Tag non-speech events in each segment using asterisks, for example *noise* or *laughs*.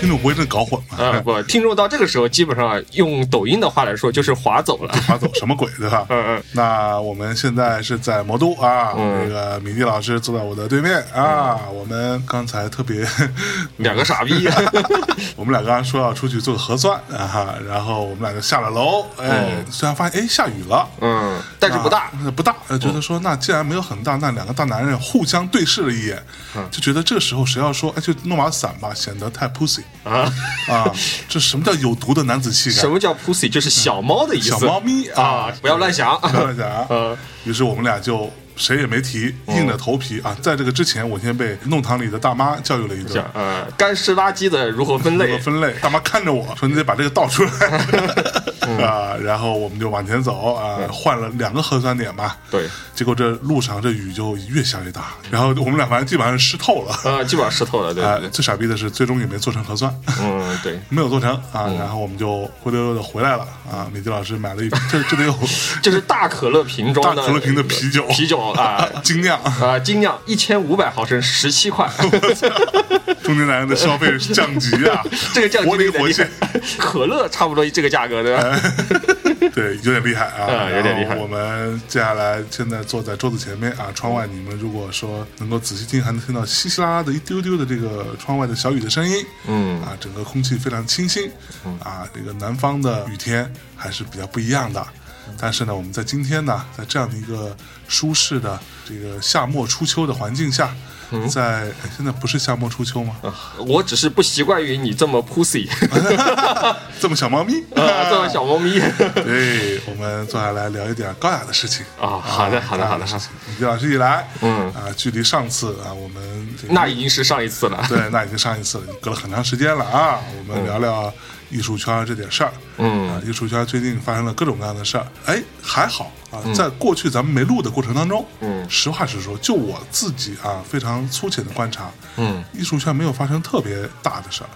听众不会真搞混吧？啊，不，听众到这个时候基本上用抖音的话来说就是划走 *laughs* 了。划走什么鬼对吧？嗯嗯，那我们现在是在魔都啊，嗯这个米蒂老师坐在我的对面啊。我们刚才特别， *laughs* 两个傻逼、我们俩刚刚说要出去做个核酸啊哈，然后我们俩就下了楼，哎，虽然发现哎下雨了。嗯，但是不大。啊不大，呃觉得说那既然没有很大，那两个大男人互相对视了一眼，嗯就觉得这时候谁要说哎就弄把伞吧，显得太 pussy 啊， *laughs* 啊！这什么叫有毒的男子气概？什么叫 pussy？就是小猫的意思。小猫咪啊啊，不要乱 *laughs* 想。漂 *laughs* 亮侠。嗯于是我们俩就谁也没提，硬着头皮啊。在这个之前，我先被弄堂里的大妈教育了一顿讲。呃，干湿垃圾的如何分这类个？分类，大妈看着我说：“你得把这个倒出来 *laughs* 嗯 *laughs* 啊！”然后我们就往前走啊，换了两个核酸点吧。对，结果这路上这雨就越下越大，然后我们俩反正基本上湿透了。呃，基本上湿透了，对啊对，对。最傻逼的是，最终也没做成核酸。嗯，对，没有做成啊，然后我们就灰溜溜的回来了啊。米迪老师买了一这这 *laughs* 得有就是大可乐瓶大装的可乐瓶的啤酒，啤酒 *laughs* 啊精酿，啊，精酿一千五百毫升，十七 *laughs* 块。中年男人的消费降级啊 *laughs* ，这个酱活灵有点活厉现哎害，，可乐差不多这个价格对吧？对，有点厉害啊，嗯有点厉害然后我们接下来现在坐在桌子前面啊，窗外你们如果说能够仔细听，还能听到稀稀拉拉的一丢丢的这个窗外的小雨的声音，嗯啊，整个空气非常清新，嗯啊，这个南方的雨天还是比较不一样的。嗯但是呢，我们在今天呢，在这样的一个舒适的这个夏末初秋的环境下，嗯在哎现在不是夏末初秋 *laughs* 吗？ *laughs* 我只是不习惯于你这么 pussy，这么小猫咪， *laughs* 啊，这么小猫咪。 *laughs* 嗯对，我们坐下来聊一点高雅的事情啊好的好的好的好的。李老师一来，嗯啊，距离上次啊，我们这个那已经是上一次了。 *laughs* 对，那已经上一次了，隔了很长时间了啊。我们聊聊艺术圈这点事儿，嗯啊，艺术圈最近发生了各种各样的事儿，哎，还好啊，在过去咱们没录的过程当中，嗯实话实说，就我自己啊，非常粗浅的观察，嗯，艺术圈没有发生特别大的事儿，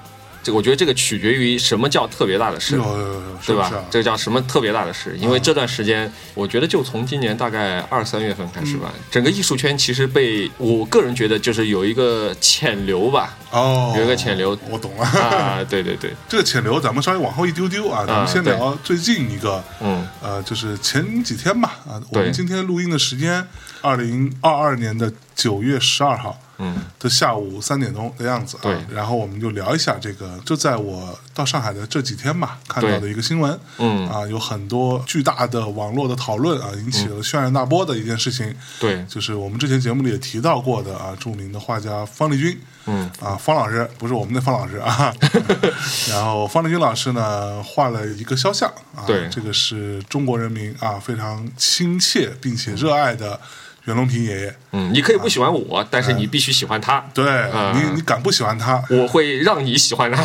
这个我觉得这个取决于什么叫特别大的事有，有有有，是对不吧是啊？？嗯这个叫什么特别大的事？因为这段时间，我觉得就从今年大概二三月份开始吧，整个艺术圈其实被我个人觉得就是有一个潜流 *laughs* 吧，哦，有一个潜流我懂 *laughs* 了。啊，对对对，这个潜流，咱们稍微往后一丢丢啊，咱们先对聊最近一个，嗯，呃，就是前几天吧，啊，我对们今天录音的时间，二零二二年的九月十二号，嗯，的下午三点钟的样子啊，对然后我们就聊一下这个，就在我到上海的这几天吧，看到的一个新闻，嗯啊，有很多巨大的网络的讨论啊，引起嗯了轩然大波的一件事情，对就是我们之前节目里也提到过的啊，著名的画家方力钧，嗯啊，方老师不是我们的方老师啊， *laughs* 然后方力钧老师呢画了一个肖像啊，对这个是中国人民啊非常亲切并且热爱的袁隆平爷爷，嗯，你可以不喜欢我，啊但嗯是你必须喜欢他，对、啊你你敢不喜欢他？ *laughs* 我会让你喜欢他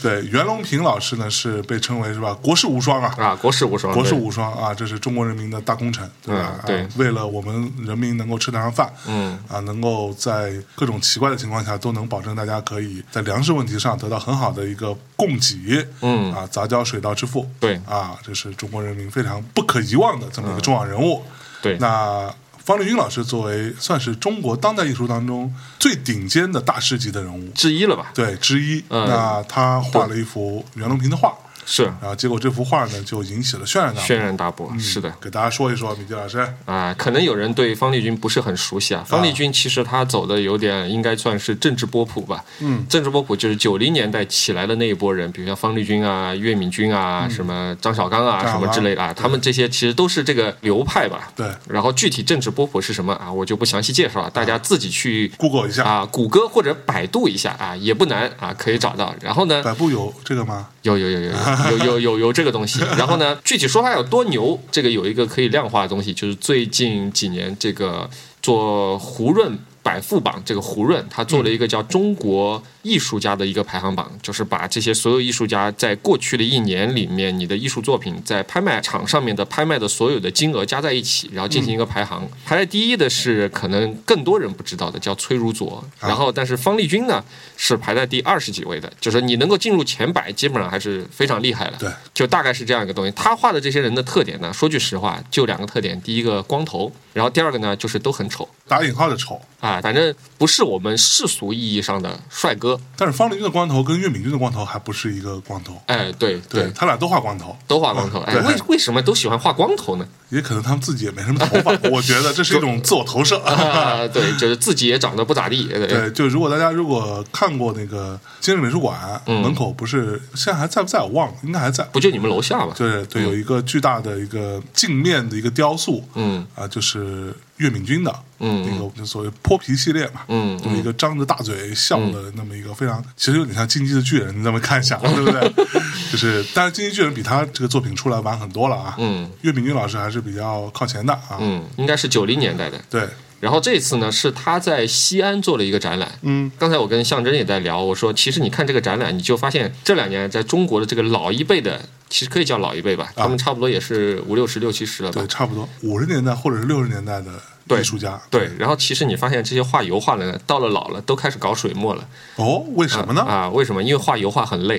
对，袁隆平老师呢是被称为是吧国士无双啊。啊，国士无双，国士对无双啊，这是中国人民的大功臣，对吧？嗯对啊，为了我们人民能够吃得上饭，嗯啊，能够在各种奇怪的情况下都能保证大家可以在粮食问题上得到很好的一个供给，嗯啊，杂交水稻之父，对嗯啊，这是中国人民非常不可遗忘的这么一个重要人物。对，那方力钧老师作为算是中国当代艺术当中最顶尖的大师级的人物，之一了吧？对之一，嗯那他画了一幅袁隆平的画。是然后结果这幅画呢就引起了轩然大波轩。然大波，嗯嗯是的。给大家说一说，米迪老师，啊、可能有人对方力钧不是很熟悉啊。方力钧其实他走的有点，应该算是政治波普吧。嗯，政治波普就是九零年代起来的那一波人，比如像方力钧啊、岳敏君啊、什么张小刚啊、嗯张小什刚么之类的啊，他们这些其实都是这个流派吧。对然后具体政治波普是什么啊，我就不详细介绍了，大啊家自己去 Google 一下啊，谷歌或者百度一下啊，也不难啊，可以找到。然后呢，百步有这个吗？有有有有有有有有有这个东西。然后呢，具体说它有多牛，这个有一个可以量化的东西，就是最近几年这个做胡润。百富榜这个胡润，他做了一个叫中国艺术家的一个排行榜，就是把这些所有艺术家在过去的一年里面，你的艺术作品在拍卖场上面的拍卖的所有的金额加在一起，然后进行一个排嗯行。排在第一的是可能更多人不知道的，叫崔如琢。啊然后，但是方力钧呢是排在第二十几位的，就是你能够进入前百，基本上还是非常厉害了。对，就大概是这样一个东西。他画的这些人的特点呢，说句实话，就两个特点：第一个光头，然后第二个呢就是都很丑。打引号的丑。啊，反正不是我们世俗意义上的帅哥。但是方力钧的光头跟岳敏君的光头还不是一个光头，哎，对对，他俩都画光头，都画光头。哎，对为为什么都喜欢画光头呢？也可能他们自己也没什么头 *laughs* 发，我觉得这是一种自我投射。啊， *laughs* 对，就是自己也长得不咋地。对 *laughs* 对，就如果大家如果看过那个今日美术馆、嗯门口，不是现在还在不在我忘了，应该还在。不就你们楼下吗？对对，有一个巨大的一个镜面的一个雕塑，嗯啊，就是岳敏君的，嗯，那个就所谓泼皮系列嘛，嗯就是一个张着大嘴笑的那么一个非常，其实有点像《进击的巨人》，你这么看一下，对不 *laughs* 对？就是，但是《进击的巨人》比他这个作品出来晚很多了啊，嗯，岳敏君老师还是比较靠前的啊，嗯，应该是九零年代的。对，然后这次呢，是他在西安做了一个展览。嗯，刚才我跟象征也在聊，我说其实你看这个展览，你就发现这两年在中国的这个老一辈的，其实可以叫老一辈吧，他们差不多也是五六十、六七十了吧对，。差不多五十年代或者是六十年代的对艺术家，对，然后其实你发现这些画油画的呢，到了老了都开始搞水墨了。哦，为什么呢？啊，为什么？因为画油画很累，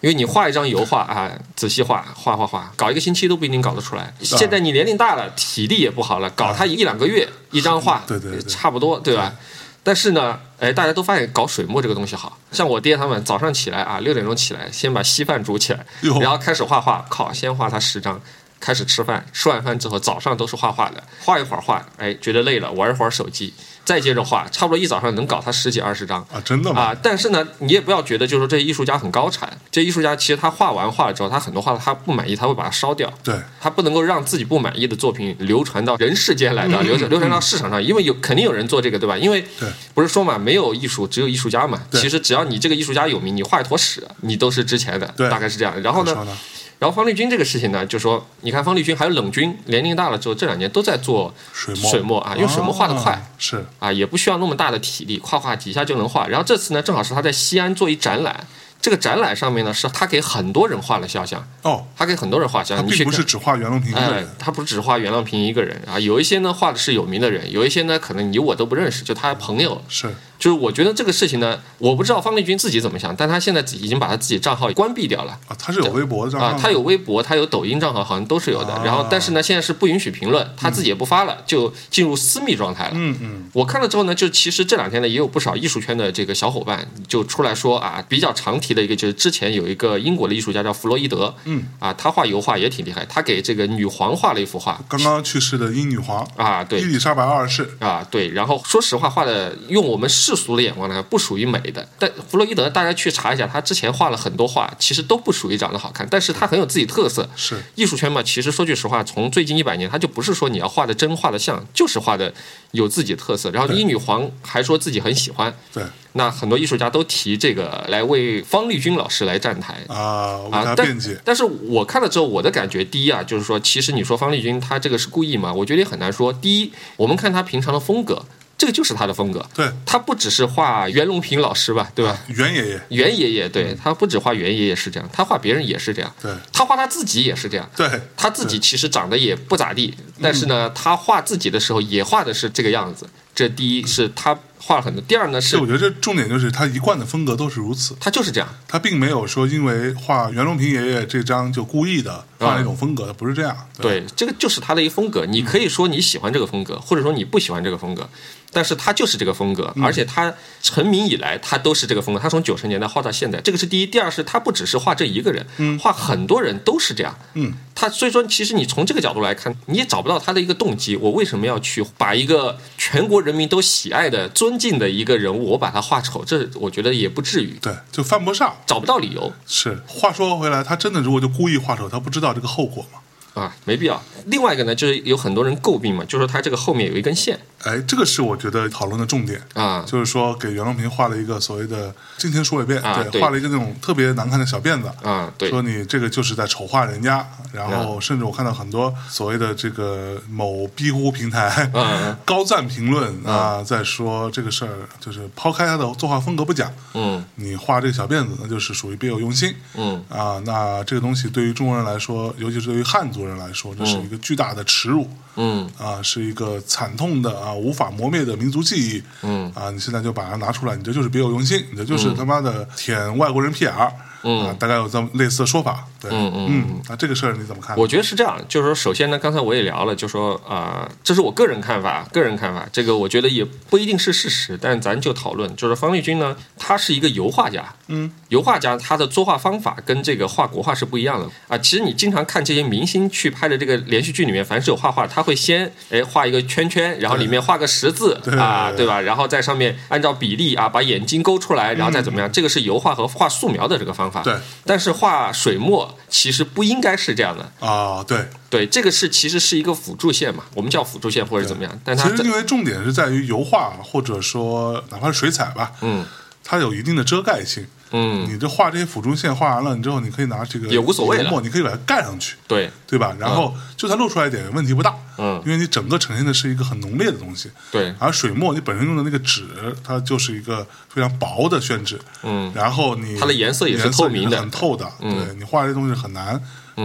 因为你画一张油画啊，仔细画，画画画，搞一个星期都不一定搞得出来。啊现在你年龄大了，体力也不好了，搞它一两个月、一张画，对对对对差不多，对吧？但是呢，哎，大家都发现搞水墨这个东西好，像我爹他们早上起来啊，六点钟起来，先把稀饭煮起来，哟嗯然后开始画画，靠，先画他十张。开始吃饭，吃完饭之后早上都是画画的，画一会儿画，哎，觉得累了，玩一会儿手机，再接着画，差不多一早上能搞他十几二十张，啊，真的吗？啊，但是呢，你也不要觉得就是说这艺术家很高产，这艺术家其实他画完画了之后，他很多画他不满意，他会把它烧掉。对，他不能够让自己不满意的作品流传到人世间来的，流传流传到市场上，因为有肯定有人做这个，对吧？因为嗯对不是说嘛，没有艺术，只有艺术家嘛。对其实只要你这个艺术家有名，你画一坨屎，你都是值钱的，对大概是这样。然后怎么呢，说呢？然后方力钧这个事情呢，就说你看方力钧还有冷军，年龄大了之后，这两年都在做水墨，水墨啊，因为水墨画的快。啊是啊，也不需要那么大的体力，画画几下就能画。然后这次呢，正好是他在西安做一展览，这个展览上面呢，是他给很多人画了肖像，哦，他给很多人画肖他像。嗯你去并不看是只画袁隆平一个哎人，，他不是只画袁郎平一个人啊，有一些呢画的是有名的人，有一些呢可能你我都不认识，就他朋友。是就是我觉得这个事情呢，我不知道方力钧自己怎么想，但他现在已经把他自己账号关闭掉了。啊，他是有微博的账号啊吗，他有微博，他有抖音账号，好像都是有的啊。然后，但是呢，现在是不允许评论，他自己也不发了，就进入私密状态了。嗯嗯，我看了之后呢，就其实这两天呢，也有不少艺术圈的这个小伙伴就出来说啊，比较常提的一个就是之前有一个英国的艺术家叫弗洛伊德，嗯，啊，他画油画也挺厉害，他给这个女皇画了一幅画刚刚去世的英女皇啊，伊对。丽莎白二世，啊，对，然后说实话，画的用我们世俗的眼光呢，不属于美的。但弗洛伊德，大家去查一下，他之前画了很多画，其实都不属于长得好看，但是他很有自己特色。是艺术圈嘛，其实说句实话，从最近一百年，它就不是说你要画的真画的像，就是画的有自己特色。然后英女皇还说自己很喜欢，对那很多艺术家都提这个来为方力钧老师来站台。啊，为啊他，但辩解，但是我看了之后，我的感觉，第一啊，就是说，其实你说方力钧他这个是故意吗？我觉得也很难说。第一，我们看他平常的风格，这个就是他的风格，对，他不只是画袁隆平老师吧，对吧？袁爷爷，袁爷爷，对他不只画袁爷爷是这样，他画别人也是这样，对他画他自己也是这样，对他自己其实长得也不咋地，但是呢，他画自己的时候也画的是这个样子。这第一是他画了很多，第二呢是对，我觉得这重点就是他一贯的风格都是如此，他就是这样。他并没有说因为画袁隆平爷爷这张就故意的画嗯那种风格，不是这样，对对，嗯这个就是他的一个风格。你可以说你喜欢这个风格，或者说你不喜欢这个风格，但是他就是这个风嗯格，而且他成名以来他都是这个风格。他从九十年代画到现在，这个是第一。第二是他不只是画这一个人，画很多人都是这样。嗯，他所以说，其实你从这个角度来看，你也找不到他的一个动机。我为什么要去把一个全国人民都喜爱的、尊敬的一个人物，我把他画丑？这我觉得也不至于，对，就犯不上。找不到理由。是，话说回来，他真的如果就故意画手，他不知道这个后果吗？啊，没必要。另外一个呢，就是有很多人诟病嘛，就说他这个后面有一根线，哎，这个是我觉得讨论的重点啊就是说给袁隆平画了一个所谓的镜天鼠尾辫，啊对画了一个那种特别难看的小辫子，啊，对，嗯说你这个就是在丑化人家，然后甚至我看到很多所谓的这个某庇护平台、嗯 *laughs* 高赞评论啊，在说这个事儿，就是抛开他的作画风格不讲，嗯你画这个小辫子，那就是属于别有用心。嗯啊，那这个东西对于中国人来说，尤其是对于汉族人来说，这是一个巨大的耻辱。嗯啊，是一个惨痛的啊，无法磨灭的民族记忆。嗯，啊，你现在就把它拿出来，你这就是别有用心，你这就是他妈的舔外国人屁眼儿。嗯啊，大概有这么类似的说法。对，嗯嗯嗯，那这个事儿你怎么看？我觉得是这样，就是说，首先呢，刚才我也聊了，就说啊、呃这是我个人看法，个人看法，这个我觉得也不一定是事实，但咱就讨论，就是方力钧呢，他是一个油画家，嗯，油画家他的作画方法跟这个画国画是不一样的啊。其实你经常看这些明星去拍的这个连续剧里面，凡是有画画，他会先哎画一个圈圈，然后里面画个十字对啊，对对吧？然后在上面按照比例啊把眼睛勾出来，然后再怎么样，这个是油画和画素描的这个方法。嗯对，但是画水墨其实不应该是这样的。啊，对，对，这个是其实是一个辅助线嘛，我们叫辅助线或者怎么样，但它其实在因为重点是在于油画或者说哪怕是水彩吧，嗯它有一定的遮盖性。嗯你这画这些辅助线画完了，你之后你可以拿这个也无所谓了油墨，你可以把它盖上去，对对吧？然后就算露出来一点，问题不大。嗯因为你整个呈现的是一个很浓烈的东西。对而水墨你本身用的那个纸，它就是一个非常薄的宣纸，嗯然后你它的颜色也是颜透明的很透的，嗯对你画这东西很难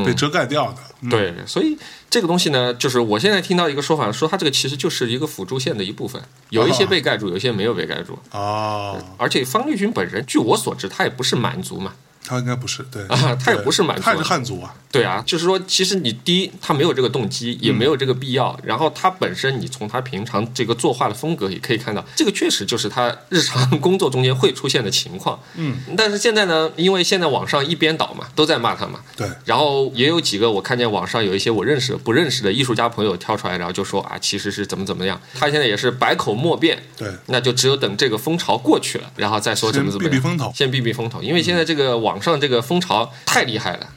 被遮盖掉的，嗯对，所以这个东西呢，就是我现在听到一个说法，说它这个其实就是一个辅助线的一部分，有一啊些被盖住，有一些没有被盖住。哦，而且方力钧本人，据我所知，他也不是蛮族嘛，他应该不是对啊他也不是满族他也是汉族啊，对啊，就是说，其实你第一，他没有这个动机，也没有这个必要。然后他本身，你从他平常这个作画的风格也可以看到，这个确实就是他日常 *laughs* 工作中间会出现的情况。嗯，但是现在呢，因为现在网上一边倒嘛，都在骂他嘛。对，然后也有几个我看见网上有一些我认识的不认识的艺术家朋友跳出来，然后就说啊，其实是怎么怎么样。他现在也是百口莫辩，对，那就只有等这个风潮过去了，然后再说怎么怎么避样。避风头，先避避风头，因为现在这个网上这个风潮太厉害了，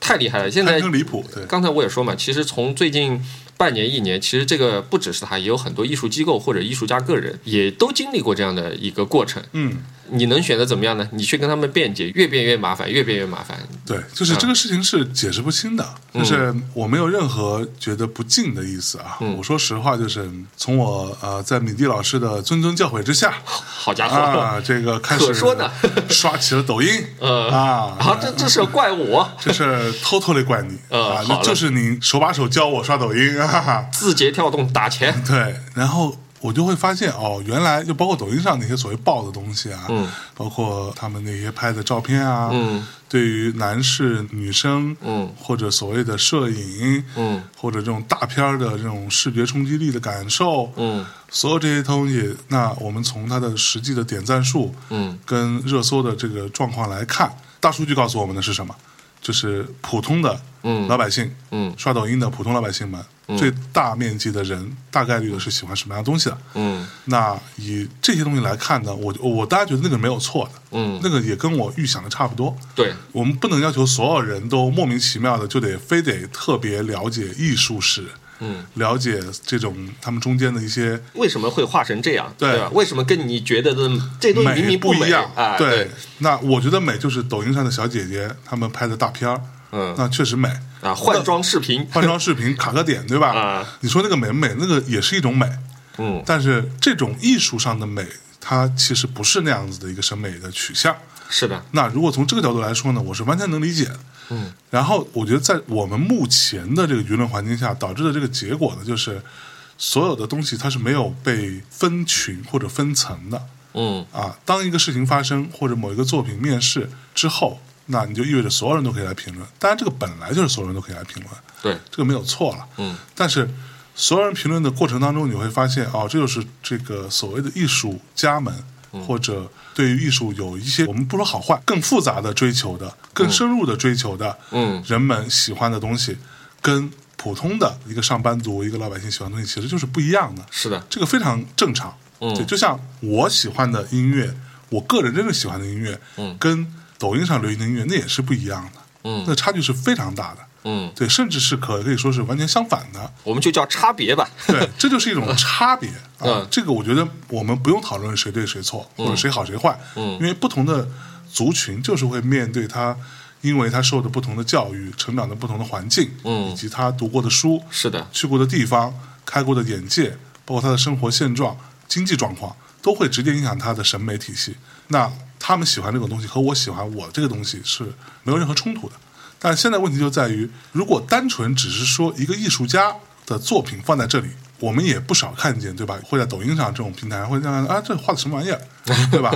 太厉害了。现堪在称离谱，对，刚才我也说嘛，其实从最近半年、一年，其实这个不只是他，也有很多艺术机构或者艺术家个人也都经历过这样的一个过程。嗯，你能选择怎么样呢？你去跟他们辩解，越辩越麻烦，越辩越麻烦。对，嗯就是这个事情是解释不清的，就是我没有任何觉得不敬的意思啊，嗯我说实话，就是从我呃在米蒂老师的谆谆教诲之下，好家伙，啊，这个开始可说呢 *laughs* 刷起了 *laughs* 抖音，呃啊，然后这这是怪我。这事偷偷的怪你、呃啊，好那了就是你手把手教我刷抖音啊，字节跳动打钱，对，然后。我就会发现哦，原来就包括抖音上那些所谓爆的东西啊，嗯包括他们那些拍的照片啊，嗯对于男士、女生，嗯或者所谓的摄影，嗯或者这种大片儿的这种视觉冲击力的感受，嗯所有这些东西，那我们从它的实际的点赞数，嗯，跟热搜的这个状况来看，大数据告诉我们的是什么？就是普通的嗯老百姓，嗯刷抖音的普通老百姓们，最大面积的人大概率的是喜欢什么样的东西的。嗯那以这些东西来看呢，我我大家觉得那个没有错的，嗯，那个也跟我预想的差不多。对，我们不能要求所有人都莫名其妙的就得非得特别了解艺术史，嗯，了解这种他们中间的一些为什么会画成这样？对对吧？为什么跟你觉得的这东西明明不美一样啊？对，，那我觉得美就是抖音上的小姐姐她们拍的大片儿，嗯那确实美。啊，换装视频，换装视频卡个点，对吧？ *laughs* 啊你说那个美不美，那个也是一种美，嗯，但是这种艺术上的美，它其实不是那样子的一个审美的取向。是的，那如果从这个角度来说呢，我是完全能理解的。嗯，然后我觉得在我们目前的这个舆论环境下导致的这个结果呢，就是所有的东西它是没有被分群或者分层的。嗯啊，当一个事情发生或者某一个作品面世之后，那你就意味着所有人都可以来评论。当然，这个本来就是所有人都可以来评论，，对，这个没有错了。嗯，但是所有人评论的过程当中，你会发现，哦，这就是这个所谓的艺术家们、或者对于艺术有一些我们不说好坏，更复杂的追求的、更深入的追求的，嗯人们喜欢的东西，跟普通的一个上班族、一个老百姓喜欢的东西，其实就是不一样的。是的，这个非常正常。嗯对，就像我喜欢的音乐，我个人真正喜欢的音乐，嗯跟抖音上流行的音乐那也是不一样的，嗯那差距是非常大的。嗯，对，甚至是可可以说是完全相反的。我们就叫差别吧。对，这就是一种差别啊嗯。这个我觉得我们不用讨论谁对谁错，或者谁好谁坏，嗯因为不同的族群就是会面对他，因为他受的不同的教育、成长的不同的环境，嗯以及他读过的书、是的，去过的地方、开过的眼界，包括他的生活现状、经济状况，都会直接影响他的审美体系。那他们喜欢这种东西和我喜欢我这个东西是没有任何冲突的。但现在问题就在于，如果单纯只是说一个艺术家的作品放在这里，我们也不少看见，对吧？会在抖音上这种平台会让啊，这画的什么玩意儿，对吧？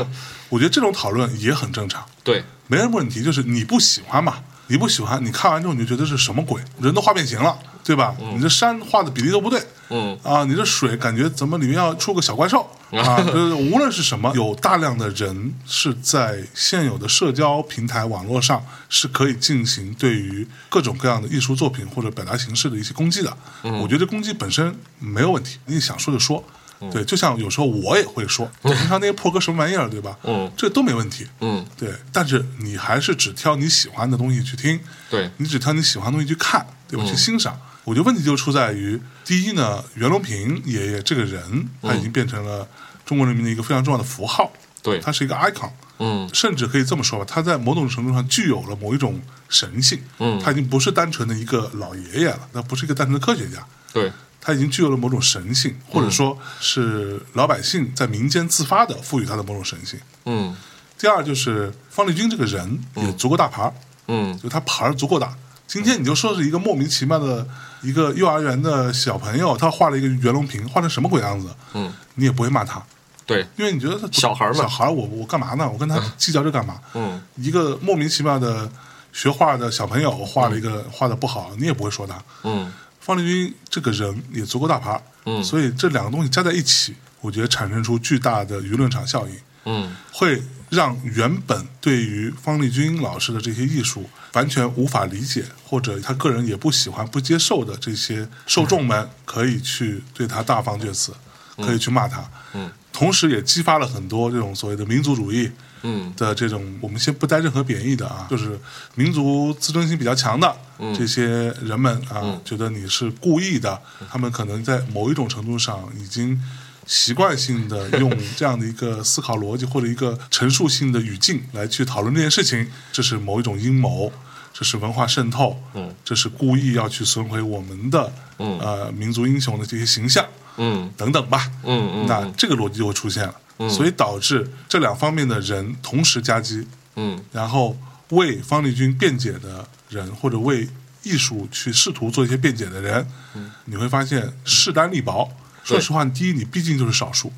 我觉得这种讨论也很正常。对，没什么问题，就是你不喜欢嘛，你不喜欢，你看完之后你就觉得是什么鬼，人都画变形了，对吧？你这山画的比例都不对，嗯啊，你这水感觉怎么里面要出个小怪兽啊？就是无论是什么，有大量的人是在现有的社交平台网络上是可以进行对于各种各样的艺术作品或者表达形式的一些攻击的。嗯我觉得攻击本身没有问题，你想说就说。嗯对，就像有时候我也 *laughs* 会说，平常那些破歌什么玩意儿，对吧？嗯，这都没问题。嗯，对，但是你还是只挑你喜欢的东西去听，对，你只挑你喜欢的东西去看，对吧？去欣赏。我觉得问题就出在于，第一呢，袁隆平爷爷这个人，他已经变成了中国人民的一个非常重要的符号，对，他是一个 icon，嗯甚至可以这么说吧，他在某种程度上具有了某一种神性，嗯他已经不是单纯的一个老爷爷了，他不是一个单纯的科学家，对，他已经具有了某种神性，或者说是老百姓在民间自发的赋予他的某种神性。嗯第二就是方力钧这个人也足够大牌儿，嗯就他牌儿足够大。今天你就说是一个莫名其妙的一个幼儿园的小朋友，他画了一个袁隆平，画成什么鬼样子，嗯，你也不会骂他，对，因为你觉得他小孩儿嘛小孩儿我我干嘛呢？我跟他计较这干嘛？嗯，一个莫名其妙的学画的小朋友画了一个画的不好，你也不会说他。嗯方力钧这个人也足够大牌儿，嗯所以这两个东西加在一起，我觉得产生出巨大的舆论场效应。嗯会让原本对于方力钧老师的这些艺术完全无法理解，或者他个人也不喜欢、不接受的这些受众们，可以去对他大放厥词，可以去骂他。嗯，同时也激发了很多这种所谓的民族主义嗯的这种，我们先不带任何贬义的啊，就是民族自尊心比较强的嗯这些人们啊，觉得你是故意的，嗯他们可能在某一种程度上已经。习惯性的用这样的一个思考逻辑或者一个陈述性的语境来去讨论这件事情，这是某一种阴谋，这是文化渗透，嗯，这是故意要去损毁我们的，嗯呃，民族英雄的这些形象，嗯等等吧，嗯嗯那这个逻辑就会出现了，所以导致这两方面的人同时夹击，嗯然后为方力钧辩解的人，或者为艺术去试图做一些辩解的人，嗯你会发现势单力薄。说实话，第一，你毕竟就是少数；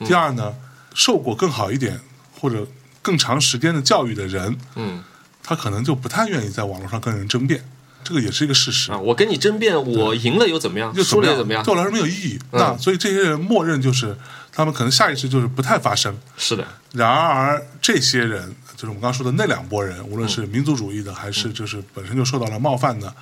嗯第二呢，受过更好一点或者更长时间的教育的人，嗯他可能就不太愿意在网络上跟人争辩，这个也是一个事实啊，。我跟你争辩，我赢了又怎么样？就输了又怎么样嗯对？我来说没有意义。那所以这些人默认就是他们可能下意识就是不太发声。是的，然而这些人，就是我们刚刚说的那两拨人，无论是民族主义的，还嗯是就是本身就受到了冒犯的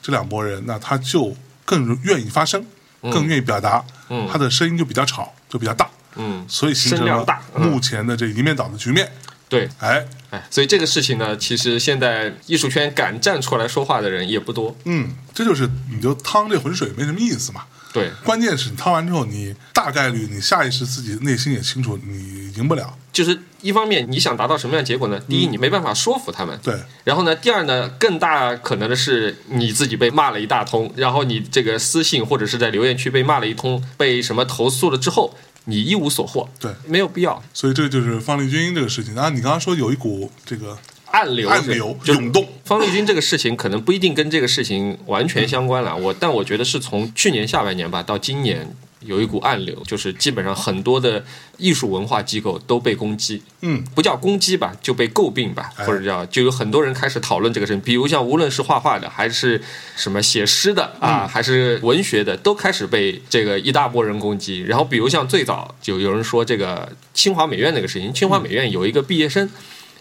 这两拨人，那他就更愿意发声，更愿意表达，嗯他的声音就比较吵，就比较大，嗯，所以形成声了量大嗯目前的这一面倒的局面。对，哎，哎，所以这个事情呢，其实现在艺术圈敢站出来说话的人也不多。嗯，这就是你就趟这浑水没什么意思嘛。对，关键是你趟完之后，你大概率你下意识自己内心也清楚，你赢不了。就是一方面你想达到什么样的结果呢？第一，你没办法说服他们。对，然后呢，第二呢，更大可能的是你自己被骂了一大通，然后你这个私信或者是在留言区被骂了一通，被什么投诉了之后，你一无所获。对没有必要所以这就是方力钧这个事情。然啊后你刚刚说有一股这个暗流暗流就是涌动，方力钧这个事情可能不一定跟这个事情完嗯全相关了，我但我觉得是从去年下半年吧到今年有一股暗流，就是基本上很多的艺术文化机构都被攻击，嗯，不叫攻击吧，就被诟病吧，哎或者叫就有很多人开始讨论这个事情，比如像无论是画画的，还是什么写诗的嗯啊，还是文学的，都开始被这个一大波人攻击。然后比如像最早就有人说这个清华美院那个事情，清华美院有一个毕业生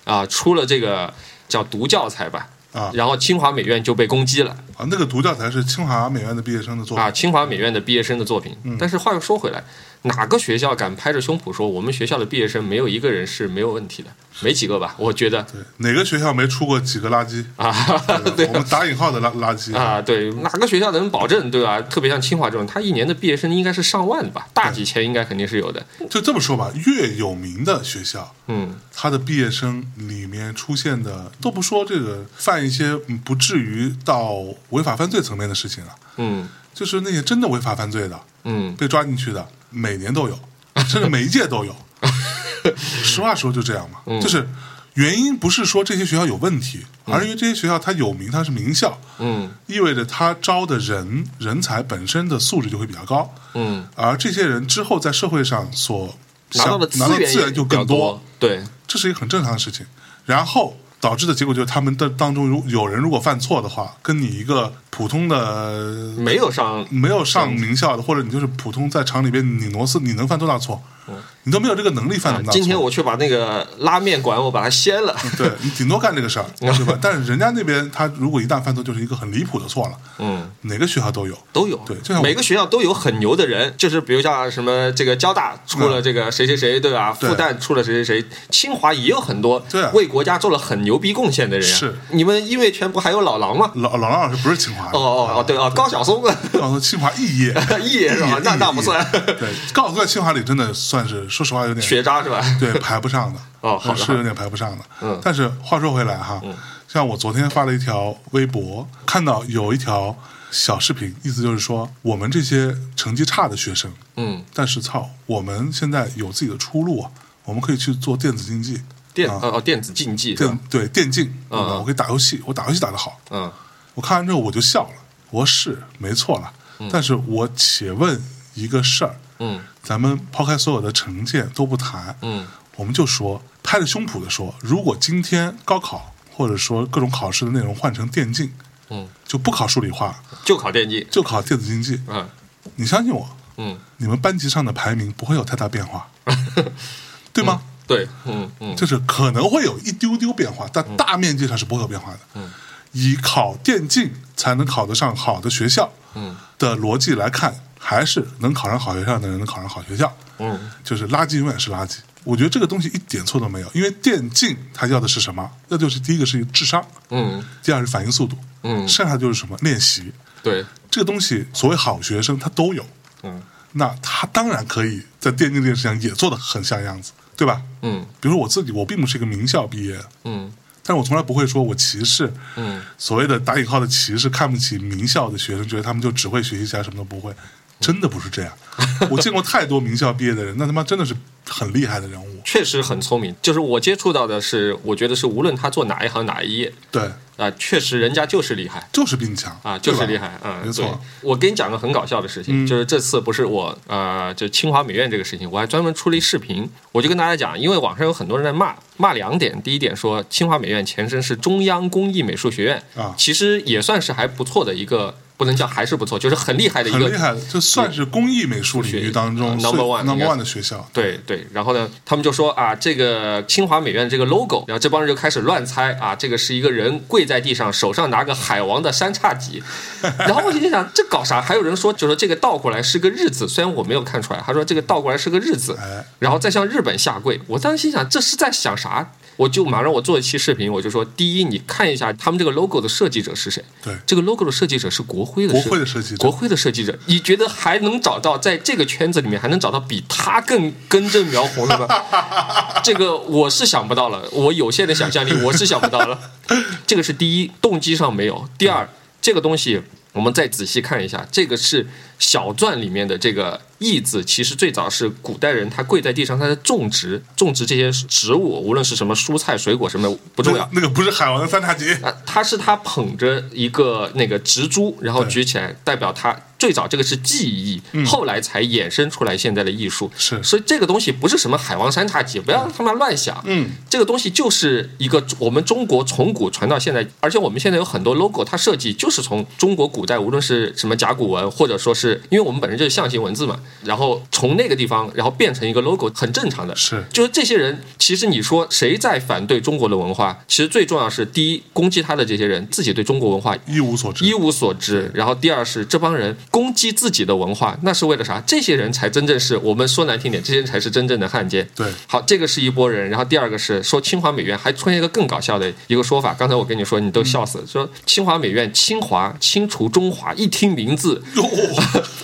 啊出了这个叫毒教材吧。啊然后清华美院就被攻击了啊，那个独教材是清华美院的毕业生的作品嗯啊！清华美院的毕业生的作品，但是话又说回来，哪个学校敢拍着胸脯说我们学校的毕业生没有一个人是没有问题的？没几个吧，我觉得对哪个学校没出过几个垃圾 *laughs* 啊？对，我们打引号的垃垃圾啊，对，哪个学校能保证对吧？特别像清华这种，他一年的毕业生应该是上万的吧，大几千应该肯定是有的。就这么说吧，越有名的学校，嗯，他的毕业生里面出现的，都不说这个犯一些嗯不至于到违法犯罪层面的事情了，嗯就是那些真的违法犯罪的，嗯，被抓进去的，每年都有， *laughs* 甚至每一届 *laughs* 都有。实话说就这样嘛，嗯就是原因不是说这些学校有问题，而是因为这些学校它有名，它是名校，嗯意味着它招的人人才本身的素质就会比较高，嗯，而这些人之后在社会上所拿到的想拿到源资也源就比较更多，对，这是一个很正常的事情。然后导致的结果就是他们的当中如有人如果犯错的话，跟你一个普通的没有上没有上名校的，或者你就是普通在厂里边你螺丝，你能犯多大错？你都没有这个能力嗯犯啊那么大错。今天我去把那个拉面馆我把它掀了，对你顶多干这 *laughs* 个事儿，对吧？但是人家那边他如果一旦犯错，就是一个很离谱的错了，嗯，哪个学校都有。都有，对就像我每个学校都有很牛的人，就是比如像什么这个交大出了这个谁谁谁，对吧？对复旦出了谁谁谁，清华也有很多对啊为国家做了很牛逼贡献的人呀。是你们音乐圈不还有老狼吗？老老郎老师不是清华的，啊哦哦哦，对哦，高晓松告诉清华肄艺业，是吧肄？业那那不算对，告诉在清华里真的算是，说实话有点学 *laughs* 渣是吧？对，排不上的。哦好的是有点排不上的。嗯但是话说回来哈，像我昨天发了一条微博，看到有一条小视频，意思就是说，我们这些成绩差的学生，嗯，但是操，我们现在有自己的出路啊，我们可以去做电子竞技，电啊哦哦电子竞技是吧电？对电竞，对吧嗯我可以打游戏，我打游戏打得好。嗯我看完之后我就笑了，我说是没错了，但是我且问一个事儿，嗯咱们抛开所有的成见都不谈，嗯，我们就说拍着胸脯的说，如果今天高考或者说各种考试的内容换成电竞，嗯，就不考数理化，就考电竞，就考电子竞技，嗯你相信我，嗯，你们班级上的排名不会有太大变 *laughs* 化，对吗？对，嗯嗯就是可能会有一丢丢变化，但大面积上是不会有变化的。嗯，以考电竞才能考得上好的学校，嗯，的逻辑来看，还是能考上好学校的人能考上好学校。嗯，就是垃圾永远是垃圾。我觉得这个东西一点错都没有，因为电竞它要的是什么？那就是第一个是智商，嗯，第二是反应速度，嗯剩下就是什么练习。对，这个东西，所谓好学生他都有，嗯那他当然可以在电竞这件事上也做得很像样子，对吧？嗯比如说我自己，我并不是一个名校毕业的，嗯但是我从来不会说我歧视，嗯，所谓的打引号的歧视，看不起名校的学生，觉得他们就只会学习，其他什么都不会，真的不是 *laughs* 这样。我见过太多名校毕业的人，那他妈真的是很厉害的人物。确实很聪明。就是我接触到的是，我觉得是无论他做哪一行哪一业对，啊，确实人家就是厉害。就是比你强啊，就是厉害。害，嗯，没错嗯对。我给你讲个很搞笑的事情，就是这次不是我呃，就清华美院这个事情，我还专门出了一视频，我就跟大家讲，因为网上有很多人在骂，骂两点，第一点说清华美院前身是中央工艺美术学院，啊其实也算是还不错的一个，不能叫还是不错，就是很厉害的一很个厉害的，就算是工艺美术领域当中学呃最 number one，应 number 该 one 的学校，对对，然后呢，他们就说啊，这个清华美院这个 logo，然后这帮人就开始乱猜啊，这个是一个人跪在地上，手上拿个海王的三叉戟， *laughs* 然后我心想这搞啥？还有人说，就说这个倒过来是个日字，虽然我没有看出来，他说这个倒过来是个日字，哎，然后再向日本下跪。我当时心想，这是在想啥？我就马上我做一期视频，我就说，第一，你看一下他们这个 logo 的设计者是谁？对这个 logo 的设计者是国徽的国设徽的设计者国徽的设计者，你觉得还能找到在这个圈子里面还能找到比他更根正苗红的吗？这个我是想不到了，我有限的想象力我是想不到了。这个是第一，动机上没有；第二，这个东西我们再仔细看一下，这个是小篆里面的这个“义”字，其实最早是古代人他跪在地上，他在种植种植这些植物，无论是什么蔬菜、水果什么的不重要那。那个不是海王的三叉戟，啊，他是他捧着一个那个植株，然后对嗯举起来，代表他最早这个是技艺，后来才衍生出来现在的艺术。是所以这个东西不是什么海王山茶戟，不要他妈乱想。嗯，这个东西就是一个我们中国从古传到现在，而且我们现在有很多 logo，它设计就是从中国古代，无论是什么甲骨文，或者说是因为我们本身就是象形文字嘛，然后从那个地方，然后变成一个 logo，很正常的。是就是这些人，其实你说谁在反对中国的文化？其实最重要是，第一，攻击他的这些人自己对中国文化一无所知一，无所知。然后第二是这帮人攻击自己的文化，那是为了啥？这些人才真正是我们说难听点，这些人才是真正的汉奸。对好，这个是一波人。然后第二个是说清华美院还出现一个更搞笑的一个说法，刚才我跟你说你都笑死，说清华美院清华清除中华，一听名字哟，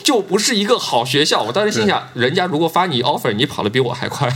就不是一个好学校。我当时心想，人家如果发你 offer，你跑得比我还 *laughs* 快。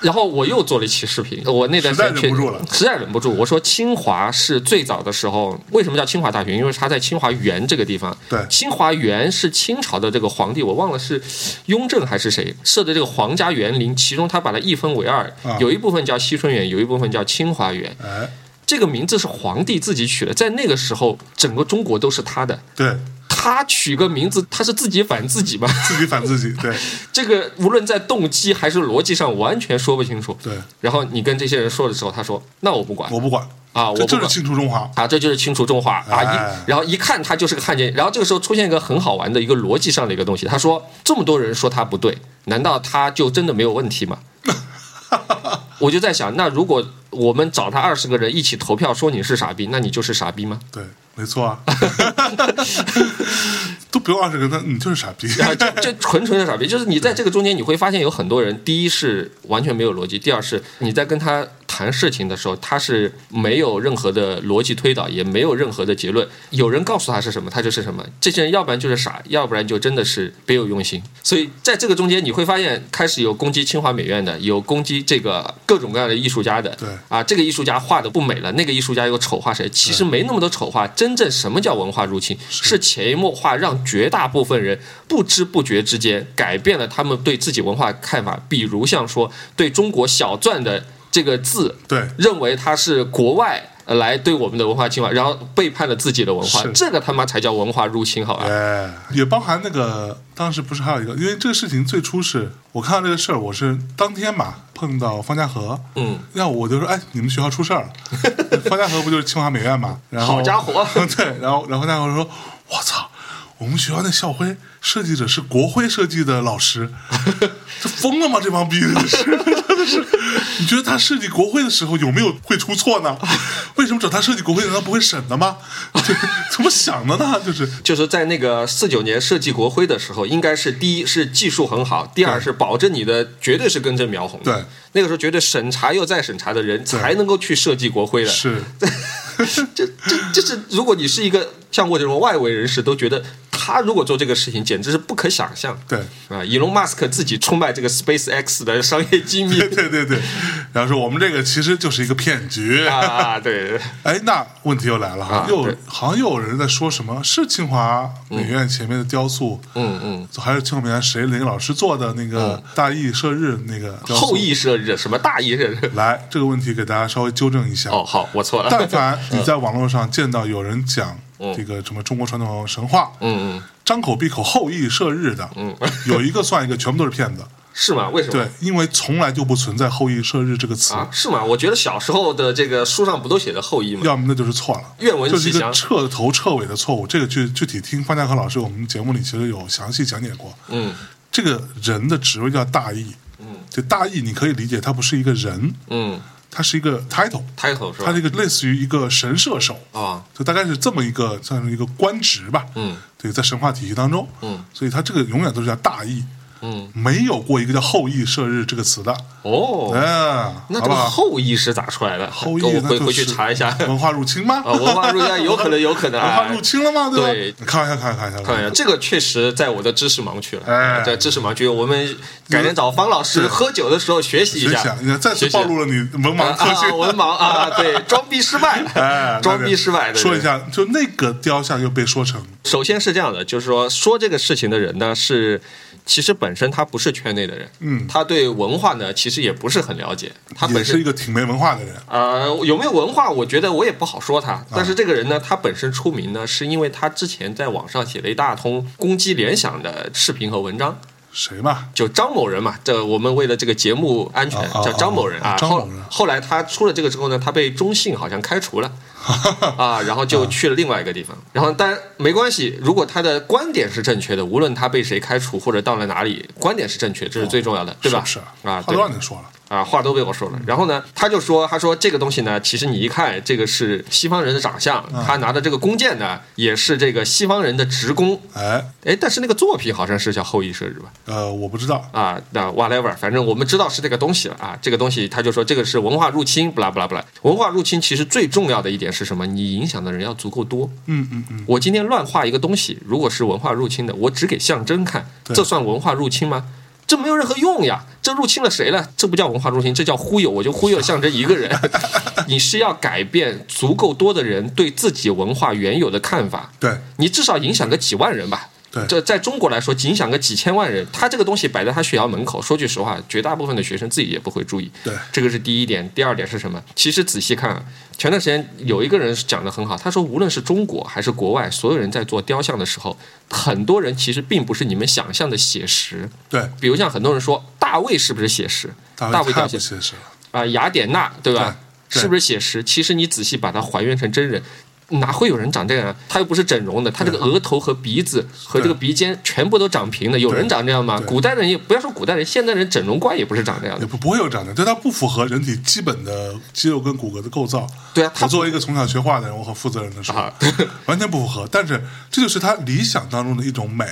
然后我又做了一期视频，我那段时间实在忍不住了实在忍不住。我说清华是最早的时候，为什么叫清华大学？因为它在清华园这个地方。对清华园是清朝的这个皇帝，我忘了是雍正还是谁设的这个皇家园林，其中他把它一分为二啊，有一部分叫西春园，有一部分叫清华园。哎，这个名字是皇帝自己取的，在那个时候，整个中国都是他的。对他取个名字，他是自己反自己吗？ *laughs* 自己反自己，对这个无论在动机还是逻辑上，完全说不清楚。对，然后你跟这些人说的时候，他说：“那我不管我不管，啊，我这不就是管清除中华，啊，这就是清除中华啊。哎一”然后一看他就是个汉奸。然后这个时候出现一个很好玩的一个逻辑上的一个东西，他说：“这么多人说他不对，难道他就真的没有问题吗？” *laughs* 我就在想，那如果我们找他二十个人一起投票说你是傻逼，那你就是傻逼吗？对，没错啊， *laughs* 都不用二十个，那你就是傻逼，啊，就就纯纯的傻逼，就是你在这个中间，你会发现有很多人，第一是完全没有逻辑，第二是你在跟他谈事情的时候，他是没有任何的逻辑推导，也没有任何的结论。有人告诉他是什么，他就是什么。这些人要不然就是傻，要不然就真的是别有用心。所以在这个中间，你会发现开始有攻击清华美院的，有攻击这个各种各样的艺术家的，对啊，这个艺术家画的不美了，那个艺术家又丑化谁？其实没那么多丑化，真正什么叫文化入侵？是潜移默化让绝大部分人不知不觉之间改变了他们对自己文化的看法，比如像说对中国“小篆”的这个字， *laughs* 对认为它是国外。呃来对我们的文化侵犯，然后背叛了自己的文化是，这个他妈才叫文化入侵，好吧？哎，也包含那个当时不是还有一个，因为这个事情最初是我看到这个事儿，我是当天嘛碰到方家和，嗯，那我就说，哎，你们学校出 *laughs* 事儿了，方家和不就是清华美院嘛？然后好家伙 *laughs* 对，然后然后方家和说，我操，我们学校那校徽设计者是国徽设计的老 *laughs* 师，这疯了吗？这帮逼真的是， *laughs* 真的是，你觉得他设计国徽的时候有没有会出错呢？为什么找他设计国徽，难道不会审的吗？ *laughs* 这怎么想的呢？就是。就是在那个四九年设计国徽的时候，应该是第一是技术很好，第二是保证你的绝对是根正苗红的。对，那个时候绝对审查又再审查的人才能够去设计国徽的。是， *laughs* 这这这是如果你是一个像我这种外围人士，都觉得他如果做这个事情，简直是不可想象。对，啊，伊隆马斯克自己出卖这个 Space X 的商业机密对对对对，然后说我们这个其实就是一个骗局。 *laughs* 啊， *laughs* 对，哎，那问题又来了哈啊，又对好像又有人在说什么是清华美院前面的雕塑，嗯嗯，还是清华美院谁哪个老师做的那个大义射日那个雕塑后羿射日，什么大羿射日？来，这个问题给大家稍微纠正一下。哦，嗯好，我错了。但凡你在网络上见到有人讲这个什么中国传统神话，嗯嗯，张口闭口后羿射日的， *laughs* 有一个算一个，全部都是 *laughs* 骗子。是吗？为什么？对，因为从来就不存在后羿射日这个词。啊，是吗？我觉得小时候的这个书上不都写的后羿吗？要么那就是错了，愿闻这是其一个详。彻头彻尾的错误。这个具具体听方家和老师我们节目里其实有详细讲解过。嗯这个人的职位叫大义，嗯，这大义你可以理解，他不是一个人，嗯他是一个 title， ，title 是他哎吧？这个类似于一个神射手，啊，就大概是这么一个算是一个官职吧。嗯，对，在神话体系当中，嗯，所以他这个永远都是叫大义，嗯，没有过一个叫后羿射日这个词的。哦，嗯，那这好不个好？后羿是咋出来的？后羿我那回就是嗯回去查一 *laughs* 下。啊，文化入侵吗？文化入侵有可能，有可 *laughs* 能文化啊入。侵了吗？吧？对开玩笑，开玩笑，开玩看一下，笑。这个确实在我的知识盲区了。哎在知识盲区，我们改天找方老师对喝酒的时候学习一别下想，。你看再次学习暴露了你文啊盲特啊，性。文盲啊，对，装逼失败哎，，装逼失败。那对就说一对下，就那个雕像又被说成首先是这样的，就是说说这个事情的人呢，是其实本身他不是圈内的人，嗯他对文化呢其实也不是很了解，他也本是身一个挺没文化的人，呃有没有文化，我觉得我也不好说啊他。但是这个人呢，他本身出名呢，是因为他之前在网上写了一大通攻击联想的视频和文章。谁嘛？就张某人嘛，这我们为了这个节目安全哦哦叫张某人哦啊。张后某人后来他出了这个之后呢，他被中信好像开 *laughs* 除了啊，然后就嗯去了另外一个地方。然后但没关系，如果他的观点是正确的，无论他被谁开除或者到了哪里，观点是正确，这是最重要的，对吧？哦是嗯不是啊，话对都吧让你说了，啊，话都被我说了。然后呢，他就说，他说这个东西呢，其实你一看，这个是西方人的长相，嗯他拿的这个弓箭呢，也是这个西方人的职工。哎，哎，但是那个作品好像是叫《后羿射日》吧？呃，我不知道，啊，那 whatever，反正我们知道是这个东西了啊。这个东西他就说这个是文化入侵，不啦不啦不啦。文化入侵其实最重要的一点是什么？你影响的人要足够多。嗯嗯嗯，我今天乱画一个东西，如果是文化入侵的，我只给象征看，对这算文化入侵吗？这没有任何用呀！这入侵了谁了？这不叫文化入侵，这叫忽悠。我就忽悠象征一个人。 *laughs* 你是要改变足够多的人对自己文化原有的看法，对你至少影响个几万人吧。对这在中国来说，影响个几千万人。他这个东西摆在他学校门口，说句实话，绝大部分的学生自己也不会注意。对这个是第一点。第二点是什么？其实仔细看啊，前段时间有一个人讲得很好，他说，无论是中国还是国外，所有人在做雕像的时候，很多人其实并不是你们想象的写实。对，比如像很多人说，大卫是不是写实？大卫太雕像不现实了，啊、雅典娜，对吧？啊对对是不是写实？其实你仔细把它还原成真人，哪会有人长这样啊？他又不是整容的，他这个额头和鼻子和这个鼻尖全部都长平的，有人长这样吗？对古代人也不要说古代人，现代人整容怪也不是长这样也的。不不会有长的，对它不符合人体基本的肌肉跟骨骼的构造。对啊，他我作为一个从小学画的人，我很负责任的说啊，完全不符合。但是这就是他理想当中的一种美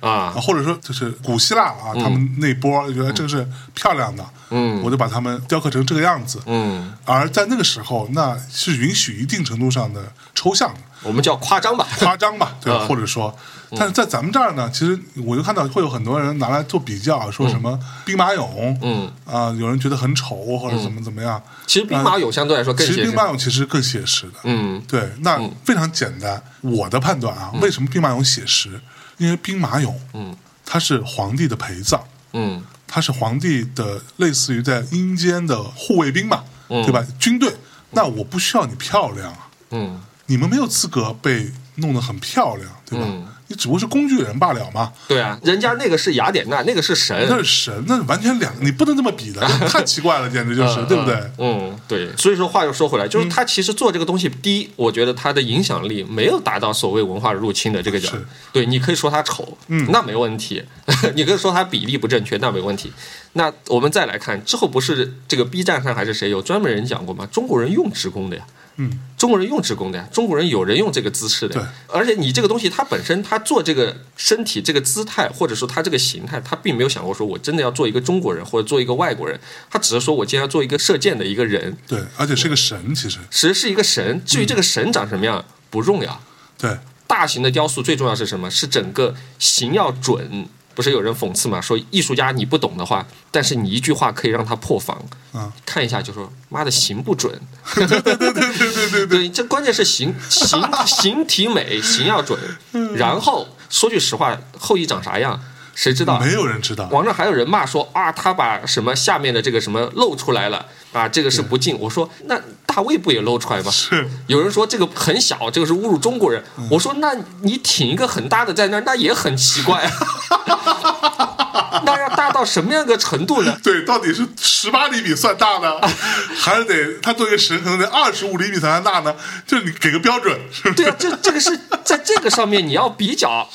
啊嗯或者说就是古希腊啊，他们那波觉得这个是漂亮的，嗯，我就把他们雕刻成这个样子，嗯，而在那个时候，那是允许一定程度上的 *laughs* 抽象的。我们叫夸张吧。夸张吧，对吧？嗯或者说，但是在咱们这儿呢，其实我就看到会有很多人拿来做比较，说什么兵马俑，嗯啊、有人觉得很丑或者怎么怎么样，其实兵马俑相对来说更啊其实写实兵。马俑其实更写实的，嗯，对，那非常简单。我的判断啊，为什么兵马俑写实？因为兵马俑，嗯，它是皇帝的陪葬，嗯他是皇帝的类似于在阴间的护卫兵嘛，对吧？军队，那我不需要你漂亮啊，嗯你们没有资格被弄得很漂亮，对吧？嗯你只不过是工具人罢了嘛，对啊，人家那个是雅典娜，那个是那神。是神，那完全两，你不能这么 *laughs* 比的，太奇怪了，简直就是，对不对？嗯，对。所以说话又说回来，就是他其实做这个东西，第一，我觉得他的影响力没有达到所谓文化入侵的这个叫是，对你可以说他丑，嗯，那没问题； *laughs* 你可以说他比例不正确，那没问题。那我们再来看之后，不是这个 B 站上还是谁有专门人讲过吗？中国人用职工的呀。嗯，中国人用职工的呀，中国人有人用这个姿势的呀。而且你这个东西，它本身它做这个身体这个姿态，或者说它这个形态，它并没有想过说我真的要做一个中国人或者做一个外国人，他只是说我今天要做一个射箭的一个人，对，而且是个神，其实其实是一个神。至于这个神长什么样不重要，对，大型的雕塑最重要是什么？是整个形要准。不是有人讽刺嘛，说艺术家你不懂的话，但是你一句话可以让他破防。 *laughs* 嗯，看一下就说妈的形不准，对对对对 *laughs* 对对，对，这关键是形形形体美，形要准。嗯然后说句实话，后羿长啥样谁知道啊？没有人知道，网上还有人骂说啊，他把什么下面的这个什么露出来了啊，这个是不敬。我说那大卫不也露出来吗？是嗯有人说这个很小，这个是侮辱中国人。我说那你挺一个很大的在那儿，那也很奇怪 *laughs* 啊。那要大到什么样一个程度呢？对，到底是十八厘米算大呢， *laughs* 还是得他作为神可能得二十五厘米才算大呢？就是你给个标准， *laughs* 是不是对啊，这这个是在这个上面你要比较，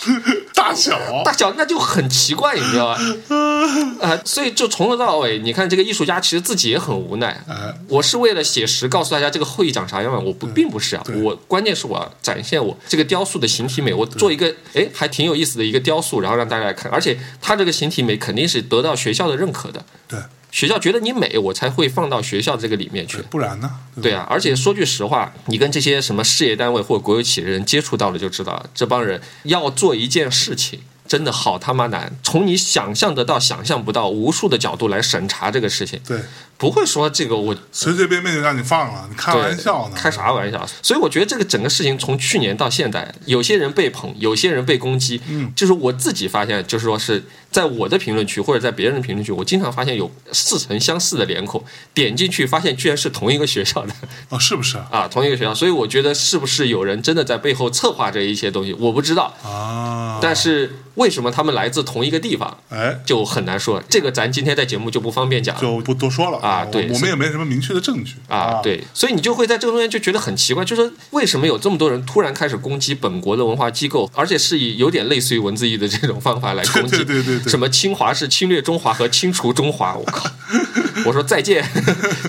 大小？大小那就很奇怪，你知道吧？啊、所以就从头到尾，你看这个艺术家其实自己也很无奈哎。我是为了写实告诉大家这个会议长啥样嘛，我不并不是啊，嗯对我关键是我要展现我这个雕塑的形体美，我做一个哎还挺有意思的一个雕塑，然后让大家来看，而且它这个形体美肯定是得到学校的认可的，对，学校觉得你美，我才会放到学校这个里面去。不然呢？对吧，啊，而且说句实话，你跟这些什么事业单位或者国有企业人接触到了，就知道这帮人要做一件事情，真的好他妈难。从你想象得到、想象不到，无数的角度来审查这个事情。对不会说这个我随随便便就让你放了，你开玩笑呢？开啥玩笑？所以我觉得这个整个事情从去年到现在，有些人被捧，有些人被攻击，嗯，就是我自己发现，就是说是在我的评论区或者在别人的评论区，我经常发现有似曾相似的脸孔，点进去发现居然是同一个学校的哦，是不是啊？啊，同一个学校，所以我觉得是不是有人真的在背后策划这一些东西，我不知道，啊，但是为什么他们来自同一个地方，哎，就很难说。这个咱今天在节目就不方便讲了就不多说了啊我对我是们也没什么明确的证据啊，，对，所以你就会在这个中间就觉得很奇怪，就是为什么有这么多人突然开始攻击本国的文化机构，而且是以有点类似于文字狱 E 的这种方法来攻击，对对对对什么侵华是侵略中华和清除中华，我 *laughs* 靠，我说再见， *laughs*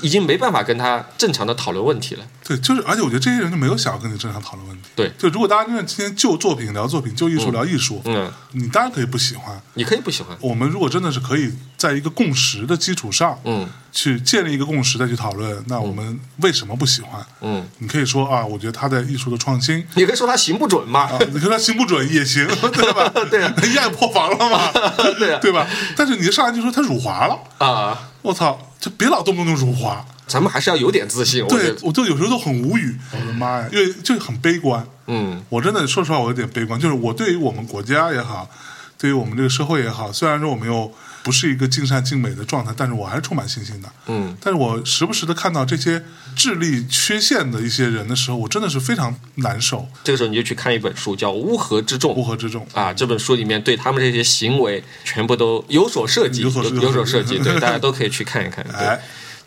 已经没办法跟他正常的讨论问题了。对，就是，而且我觉得这些人就没有想要跟你正常讨论问题。对就如果大家真的今天就作品聊作品，就艺术聊艺术，嗯，你当然可以不喜欢。你可以不喜欢，我们如果真的是可以在一个共识的基础上，嗯去建立一个共识再去讨论，那我们为什么不喜欢？嗯，你可以说啊，我觉得他在艺术的创新你可以说他行不准嘛，啊，你说他行不准 *laughs* 也行，对吧？对啊，一下就破防了嘛， *laughs* 对啊对吧？但是你一上来就说他辱华了，啊，我操，就别老动不动就辱华。咱们还是要有点自信，我觉对得，，我就有时候都很无语，我的妈呀，因为就很悲观。嗯我真的说实话，我有点悲观，就是我对于我们国家也好，对于我们这个社会也好，虽然说我们又不是一个尽善尽美的状态，但是我还是充满信心的。嗯，但是我时不时的看到这些智力缺陷的一些人的时候，我真的是非常难受，这个时候你就去看一本书，叫《乌合之众》乌。合之众啊，这本书里面对他们这些行为全部都有所涉及，有有所涉及有所涉 *laughs* 及，对，大家都可以去看一看。哎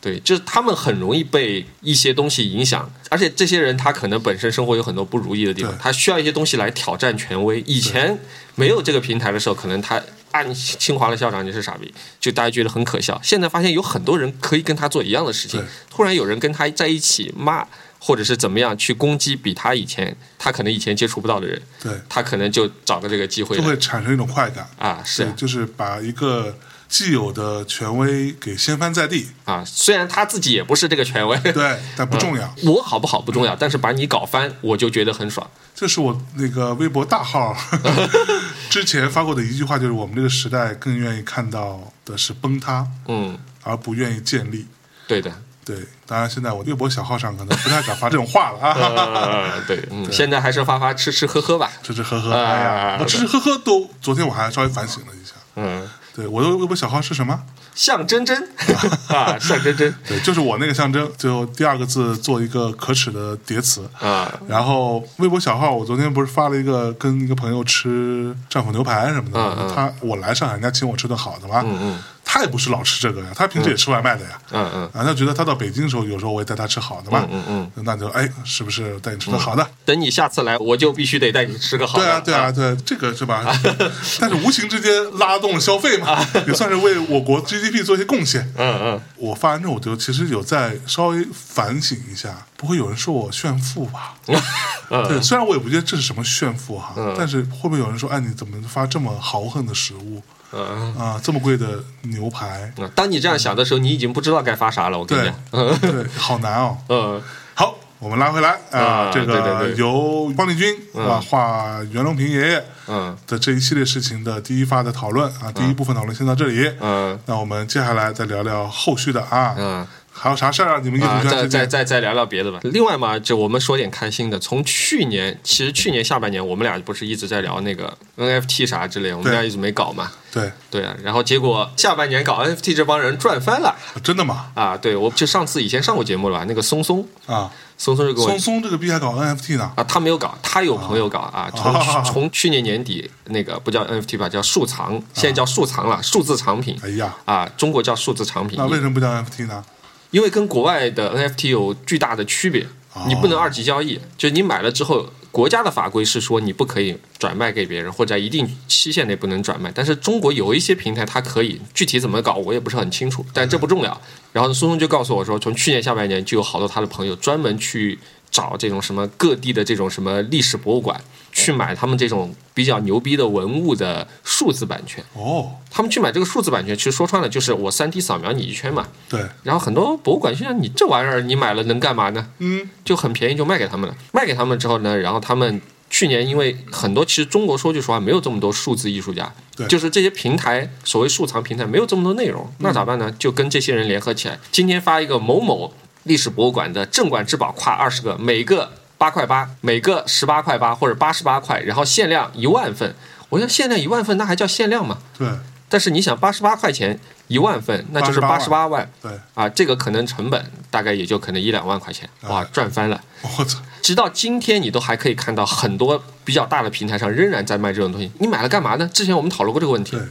对，对，就是他们很容易被一些东西影响，而且这些人他可能本身生活有很多不如意的地方对，他需要一些东西来挑战权威。以前没有这个平台的时候，可能他啊，你清华的校长你是傻逼，就大家觉得很可笑。现在发现有很多人可以跟他做一样的事情对，突然有人跟他在一起骂。或者是怎么样去攻击比他以前他可能以前接触不到的人，对，他可能就找个这个机会就来会产生一种快感，啊，是对，啊就是把一个既有的权威给掀翻在地，啊，虽然他自己也不是这个权威，对，但不重要。我好不好不重要，但是把你搞翻，我就觉得很爽。这是我那个微博大号之前发过的一句话，就是我们这个时代更愿意看到的是崩塌，嗯，而不愿意建立。对 *laughs* 的，对，当然现在我微博小号上可能不太敢发这种话 *laughs* 了啊，呃，对，嗯，现在还是发发吃吃喝喝吧，吃吃喝喝，啊哎呀，我吃吃喝喝都，昨天我还稍微反省了一下。嗯，对，我的微博小号是什么？象征真 *laughs* 啊，象征真对，就是我那个象征，最后第二个字做一个可耻的叠词。啊然后微博小号，我昨天不是发了一个跟一个朋友吃战斧牛排什么的，嗯嗯他我来上海，人家请我吃顿好的嘛，他也不是老吃这个呀，他平时也吃外卖的呀，嗯嗯啊，他觉得他到北京的时候，有时候我也带他吃好的嘛，嗯嗯那就哎，是不是带你吃顿好的？等你下次来，我就必须得带你吃个好的。对啊，对啊，，对，这个是吧？ *laughs* 但是无形之间拉动了消费嘛，啊 *laughs* 也算是为我国 GDP 做一些贡献。嗯嗯，我发完之后，我就其实有在稍微反省一下，不会有人说我炫富 *laughs* 吧？嗯对，虽然我也不觉得这是什么炫富哈，但是会不会有人说，哎，你怎么发这么豪横的食物嗯啊、这么贵的牛排，嗯，当你这样想的时候，你已经不知道该发啥了。我跟你对讲，，对，好难哦。嗯，好，我们拉回来啊，啊这对对个对由方力钧啊画袁隆平爷爷嗯的这一系列事情的第一发的讨论啊，第一部分讨论先到这里。嗯那我们接下来再聊聊后续的啊，嗯。还有啥事儿啊？你们艺啊，再术圈再最近再再聊聊别的吧。另外嘛，就我们说点开心的。从去年，其实去年下半年我们俩不是一直在聊那个 NFT 啥之类，我们对俩一直没搞嘛。对，对啊，然后结果下半年搞 NFT 这帮人赚翻了真的吗？啊！对，我就上次以前上过节目了吧？那个松松，啊，松松就跟我松松这个逼还搞 NFT 呢？啊，他没有搞，他有朋友搞啊。从、 *laughs* 啊从去年年底那个不叫 NFT 吧，叫数藏，现在叫数藏了，数字藏品哎呀，啊，中国叫数字藏品。那为什么不叫 NFT 呢？因为跟国外的 NFT 有巨大的区别哦，你不能二级交易，就是你买了之后，国家的法规是说你不可以转卖给别人，或者在一定期限内不能转卖。但是中国有一些平台它可以，具体怎么搞我也不是很清楚，但这不重要。然后松松就告诉我说，从去年下半年就有好多他的朋友专门去找这种什么各地的这种什么历史博物馆去买他们这种比较牛逼的文物的数字版权。哦，他们去买这个数字版权，其实说穿了就是我3 D 扫描你一圈嘛，对，然后很多博物馆现在你这玩意儿你买了能干嘛呢？嗯，就很便宜就卖给他们了，卖给他们之后呢，然后他们去年因为很多，其实中国说句实话，没有这么多数字艺术家，对嗯就是这些平台，所谓收藏平台没有这么多内容，那咋办呢？就跟这些人联合起来，今天发一个某某历史博物馆的镇馆之宝跨二十个，每个八块八，每个十八块八或者八十八块，然后限量一万份。我说限量一万份，那还叫限量吗？对但是你想，八十八块钱一万份，那就是八十88八万对，啊，这个可能成本大概也就可能一两万块钱，哇，哎赚翻了。我操， *laughs* 直到今天，你都还可以看到很多比较大的平台上仍然在卖这种东西。你买了干嘛呢？之前我们讨论过这个问题对，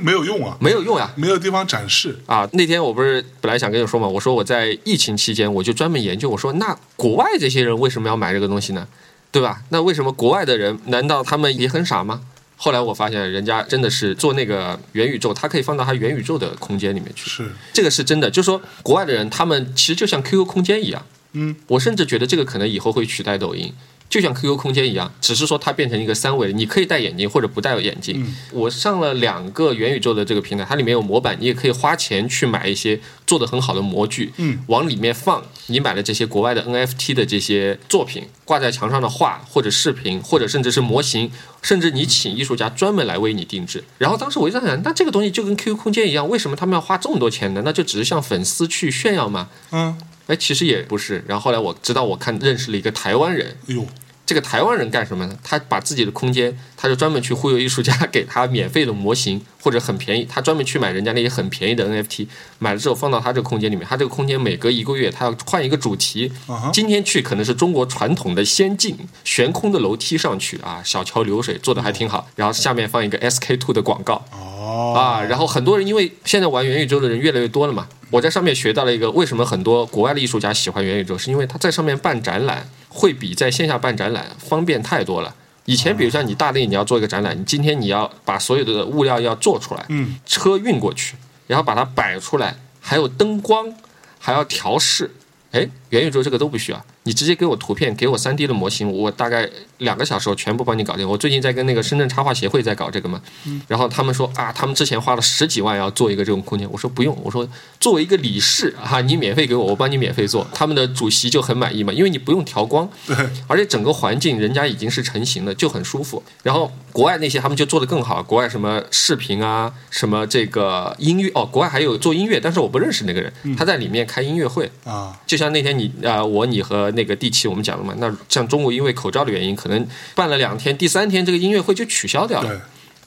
没有用啊，没有用呀、没有地方展示，啊！那天我不是本来想跟你说嘛，我说我在疫情期间我就专门研究，我说那国外这些人为什么要买这个东西呢？对吧？那为什么国外的人难道他们也很傻吗？后来我发现，人家真的是做那个元宇宙，它可以放到它元宇宙的空间里面去。是这个是真的，就是说国外的人，他们其实就像 QQ 空间一样，嗯，我甚至觉得这个可能以后会取代抖音，就像 QQ 空间一样，只是说它变成一个三维，你可以戴眼镜或者不戴眼镜。嗯我上了两个元宇宙的这个平台，它里面有模板，你也可以花钱去买一些做的很好的模具，嗯，往里面放你买了这些国外的 NFT 的这些作品，挂在墙上的画或者视频，或者甚至是模型，甚至你请艺术家专门来为你定制。然后当时我就在想，那这个东西就跟 QQ 空间一样，为什么他们要花这么多钱呢？那就只是向粉丝去炫耀吗？嗯，哎，其实也不是。然后后来我知道，我看认识了一个台湾人，哎呦，这个台湾人干什么呢？他把自己的空间，他就专门去忽悠艺术家，给他免费的模型或者很便宜，他专门去买人家那些很便宜的 NFT，买了之后放到他这个空间里面，他这个空间每隔一个月他要换一个主题，啊哈，今天去可能是中国传统的仙境，悬空的楼梯上去啊，小桥流水做的还挺好，然后下面放一个 SK two 的广告哦啊，然后很多人因为现在玩元宇宙的人越来越多了嘛，我在上面学到了一个为什么很多国外的艺术家喜欢元宇宙，是因为他在上面办展览会比在线下办展览方便太多了。以前比如像你大内你要做一个展览，你今天你要把所有的物料要做出来，嗯，车运过去，然后把它摆出来，还有灯光，还要调试。哎，元宇宙这个都不需要，你直接给我图片，给我 3D 的模型，我大概两个小时我全部帮你搞定。我最近在跟那个深圳插画协会在搞这个嘛，然后他们说啊，他们之前花了十几万要做一个这种空间，我说不用，我说作为一个理事啊，你免费给我，我帮你免费做。他们的主席就很满意嘛，因为你不用调光，对，而且整个环境人家已经是成型了，就很舒服。然后国外那些他们就做得更好，国外什么视频啊，什么这个音乐哦，国外还有做音乐，但是我不认识那个人，他在里面开音乐会。啊，就像那天你啊、呃我你和那个第七我们讲了嘛，那像中国因为口罩的原因，可能办了两天，第三天这个音乐会就取消掉了。对，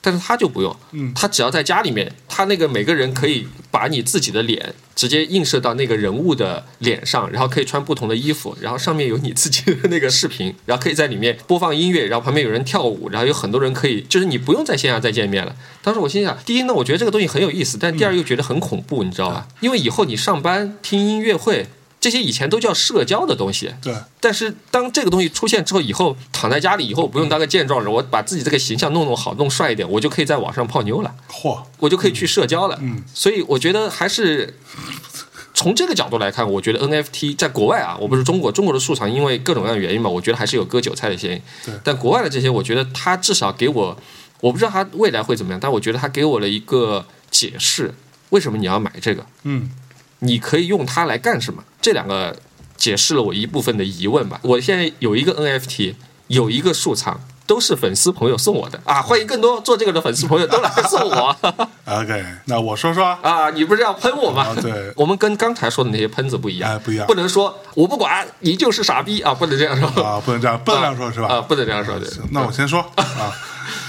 但是他就不用，嗯他只要在家里面，他那个每个人可以把你自己的脸直接映射到那个人物的脸上，然后可以穿不同的衣服，然后上面有你自己的那个视频，然后可以在里面播放音乐，然后旁边有人跳舞，然后有很多人可以，就是你不用在线下再见面了。当时我心想，第一呢，我觉得这个东西很有意思，但第二又觉得很恐怖，你知道吧？因为以后你上班听音乐会。这些以前都叫社交的东西，对，但是当这个东西出现之后，以后躺在家里以后不用当个健壮人，我把自己这个形象弄弄好、弄帅一点，我就可以在网上泡妞了，嚯，我就可以去社交了。嗯，所以我觉得还是从这个角度来看，我觉得 NFT 在国外啊，我不是中国，中国的市场因为各种各样的原因嘛，我觉得还是有割韭菜的嫌疑对。但国外的这些，我觉得它至少给我，我不知道它未来会怎么样，但我觉得它给我了一个解释，为什么你要买这个。嗯，你可以用它来干什么？这两个解释了我一部分的疑问吧。我现在有一个 NFT，有一个收藏，都是粉丝朋友送我的啊！欢迎更多做这个的粉丝朋友都来送 *laughs* 我 OK，那我说说啊，啊！你不是要喷我吗？啊对我们跟刚才说的那些喷子不一样，哎不一样不能说我不管你就是傻逼啊，不能这样说，啊，不能这样，不能这样说，是吧？啊，不能这样说，对。行，那 *laughs* 我先说啊，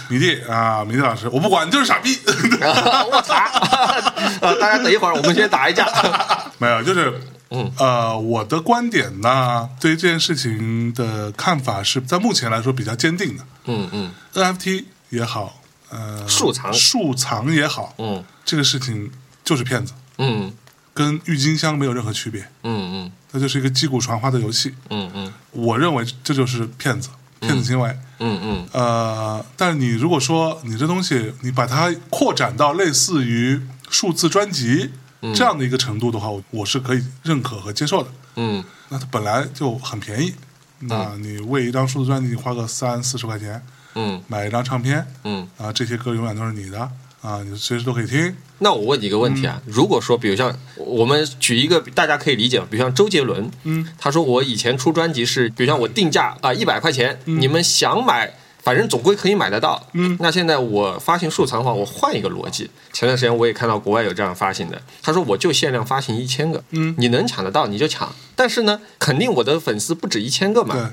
米蒂啊，米蒂老师，我不管，你就是 *laughs* 傻逼。我操！ *laughs* 啊，大家等一会儿，我们先打一架。 *laughs* 没有，就是，嗯，呃，我的观点呢，对于这件事情的看法是在目前来说比较坚定的。嗯嗯 NFT 也好，呃，收藏树藏也好，嗯这个事情就是骗子，嗯跟郁金香没有任何区别，嗯它就是一个击鼓传花的游戏。嗯嗯我认为这就是骗子，骗子行为。嗯嗯呃，但是你如果说你这东西，你把它扩展到类似于数字专辑这样的一个程度的话，我我是可以认可和接受的。嗯那它本来就很便宜，那你为一张数字专辑你花个三四十块钱嗯买一张唱片，嗯啊，这些歌永远都是你的，啊，你随时都可以听。那我问你一个问题嗯啊，如果说，比如像我们举一个大家可以理解，比如像周杰伦，嗯，他说我以前出专辑是，比如像我定价啊一百块钱，你们想买，反正总归可以买得到，嗯那现在我发行数藏话，我换一个逻辑，前段时间我也看到国外有这样发行的，他说我就限量发行一千个，嗯你能抢得到你就抢，但是呢，肯定我的粉丝不止一千个嘛，对，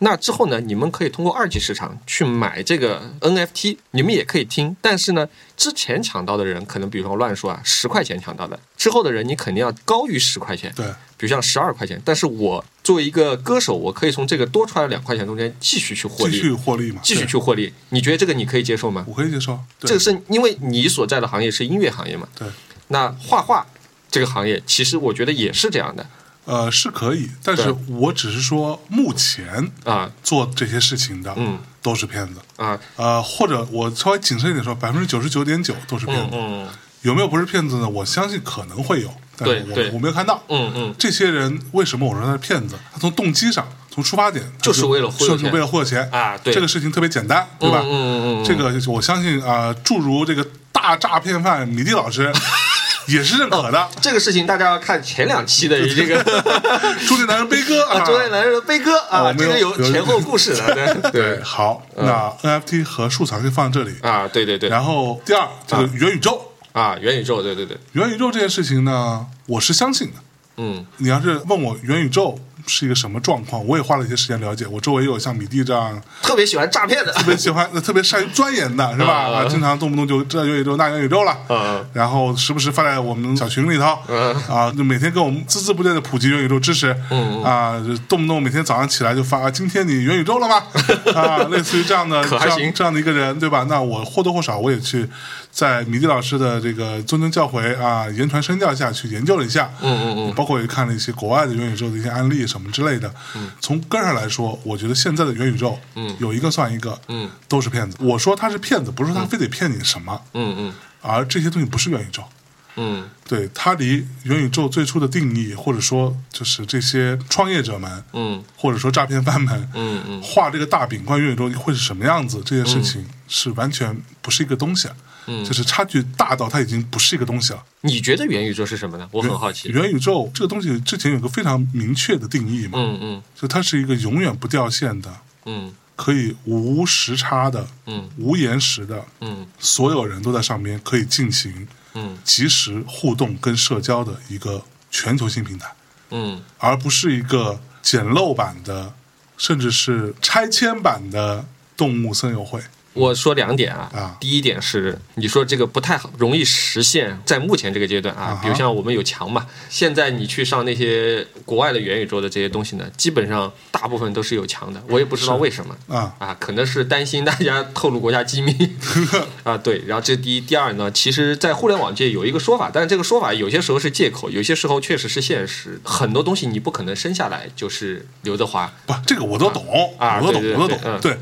那之后呢，你们可以通过二级市场去买这个 NFT，你们也可以听。但是呢，之前抢到的人可能，比如说乱说啊，十块钱抢到的，之后的人你肯定要高于十块钱，对，比如像十二块钱。但是我作为一个歌手，我可以从这个多出来的两块钱中间继续去获继续利，获利嘛，继续对去获利。你觉得这个你可以接受吗？我可以接受。对这个是因为你所在的行业是音乐行业嘛？对。那画画这个行业，其实我觉得也是这样的呃是可以，但是对我只是说目前啊做这些事情的，嗯，都是骗子。啊，呃，或者我稍微谨慎一点说，百分之九十九点九都是骗子。嗯有没有不是骗子呢？我相信可能会有，但对是我对我没有看到。嗯嗯，这些人为什么我说他是骗子？他从动机上，从出发点，他就是为了忽悠就钱是为了忽悠钱啊对这个事情特别简单，对吧？嗯嗯嗯嗯这个我相信啊、呃诸如这个大诈骗犯米蒂老师 *laughs* 也是认可 *laughs* 的，这个事情大家要看前两期的这 *laughs* 个中年男人悲 *laughs* 歌啊，啊，中年男人的悲歌啊我啊，没这有个有前后故事的，对，好，嗯那 NFT 和收藏就放在这里。 *laughs* 啊，对对对然后第二，这个元宇宙，啊，元宇宙，对对对，元宇宙这件事情呢，我是相信的。嗯你要是问我元宇宙是一个什么状况，我也花了一些时间了解。我周围也有像米蒂这样特别喜欢诈骗的，特别喜欢、特别善于钻研的，是吧？嗯啊，经常动不动就这元宇宙那元宇宙了， *laughs* 嗯然后时不时发在我们小群里头，嗯啊，就每天跟我们孜孜不倦的普及元宇宙知识，嗯啊，就动不动每天早上起来就发，啊今天你元宇宙了吗？ *laughs* 啊，类似于这样 *laughs* 的，可还这样行这样的一个人，对吧？那我或多或少我也去在米蒂老师的这个宗教教诲啊，言传身教下去研究了一下，嗯嗯嗯，包括也看了一些国外的元宇宙的一些案例什么之类的。嗯，从根儿上来说，我觉得现在的元宇宙，嗯，有一个算一个，嗯，都是骗子。我说他是骗子，不是说他非得骗你什么，嗯嗯而这些东西不是元宇宙。嗯对，它离元宇宙最初的定义，或者说就是这些创业者们，嗯或者说诈骗犯们，嗯嗯，画这个大饼关于元宇宙会是什么样子，这件事情是完全不是一个东西。嗯，就是差距大到它已经不是一个东西了。你觉得元宇宙是什么呢？我很好奇。元宇宙这个东西之前有个非常明确的定义嘛，嗯嗯就它是一个永远不掉线的，嗯可以无时差的、嗯无延时的，嗯所有人都在上面可以进行嗯及时互动跟社交的一个全球性平台，嗯而不是一个简陋版的，甚至是拆迁版的动物森友会。我说两点啊，啊第一点是你说这个不太容易实现，在目前这个阶段啊，哈比如像我们有墙嘛，现在你去上那些国外的元宇宙的这些东西呢，基本上大部分都是有墙的，我也不知道为什么啊啊，可能是担心大家透露国家 *laughs* 机密啊，对，然后这第一，第二呢，其实，在互联网界有一个说法，但是这个说法有些时候是借口，有些时候确实是现实，很多东西你不可能生下来就是刘德华，不，这个我都懂，啊我都懂，对对我都对懂。嗯对，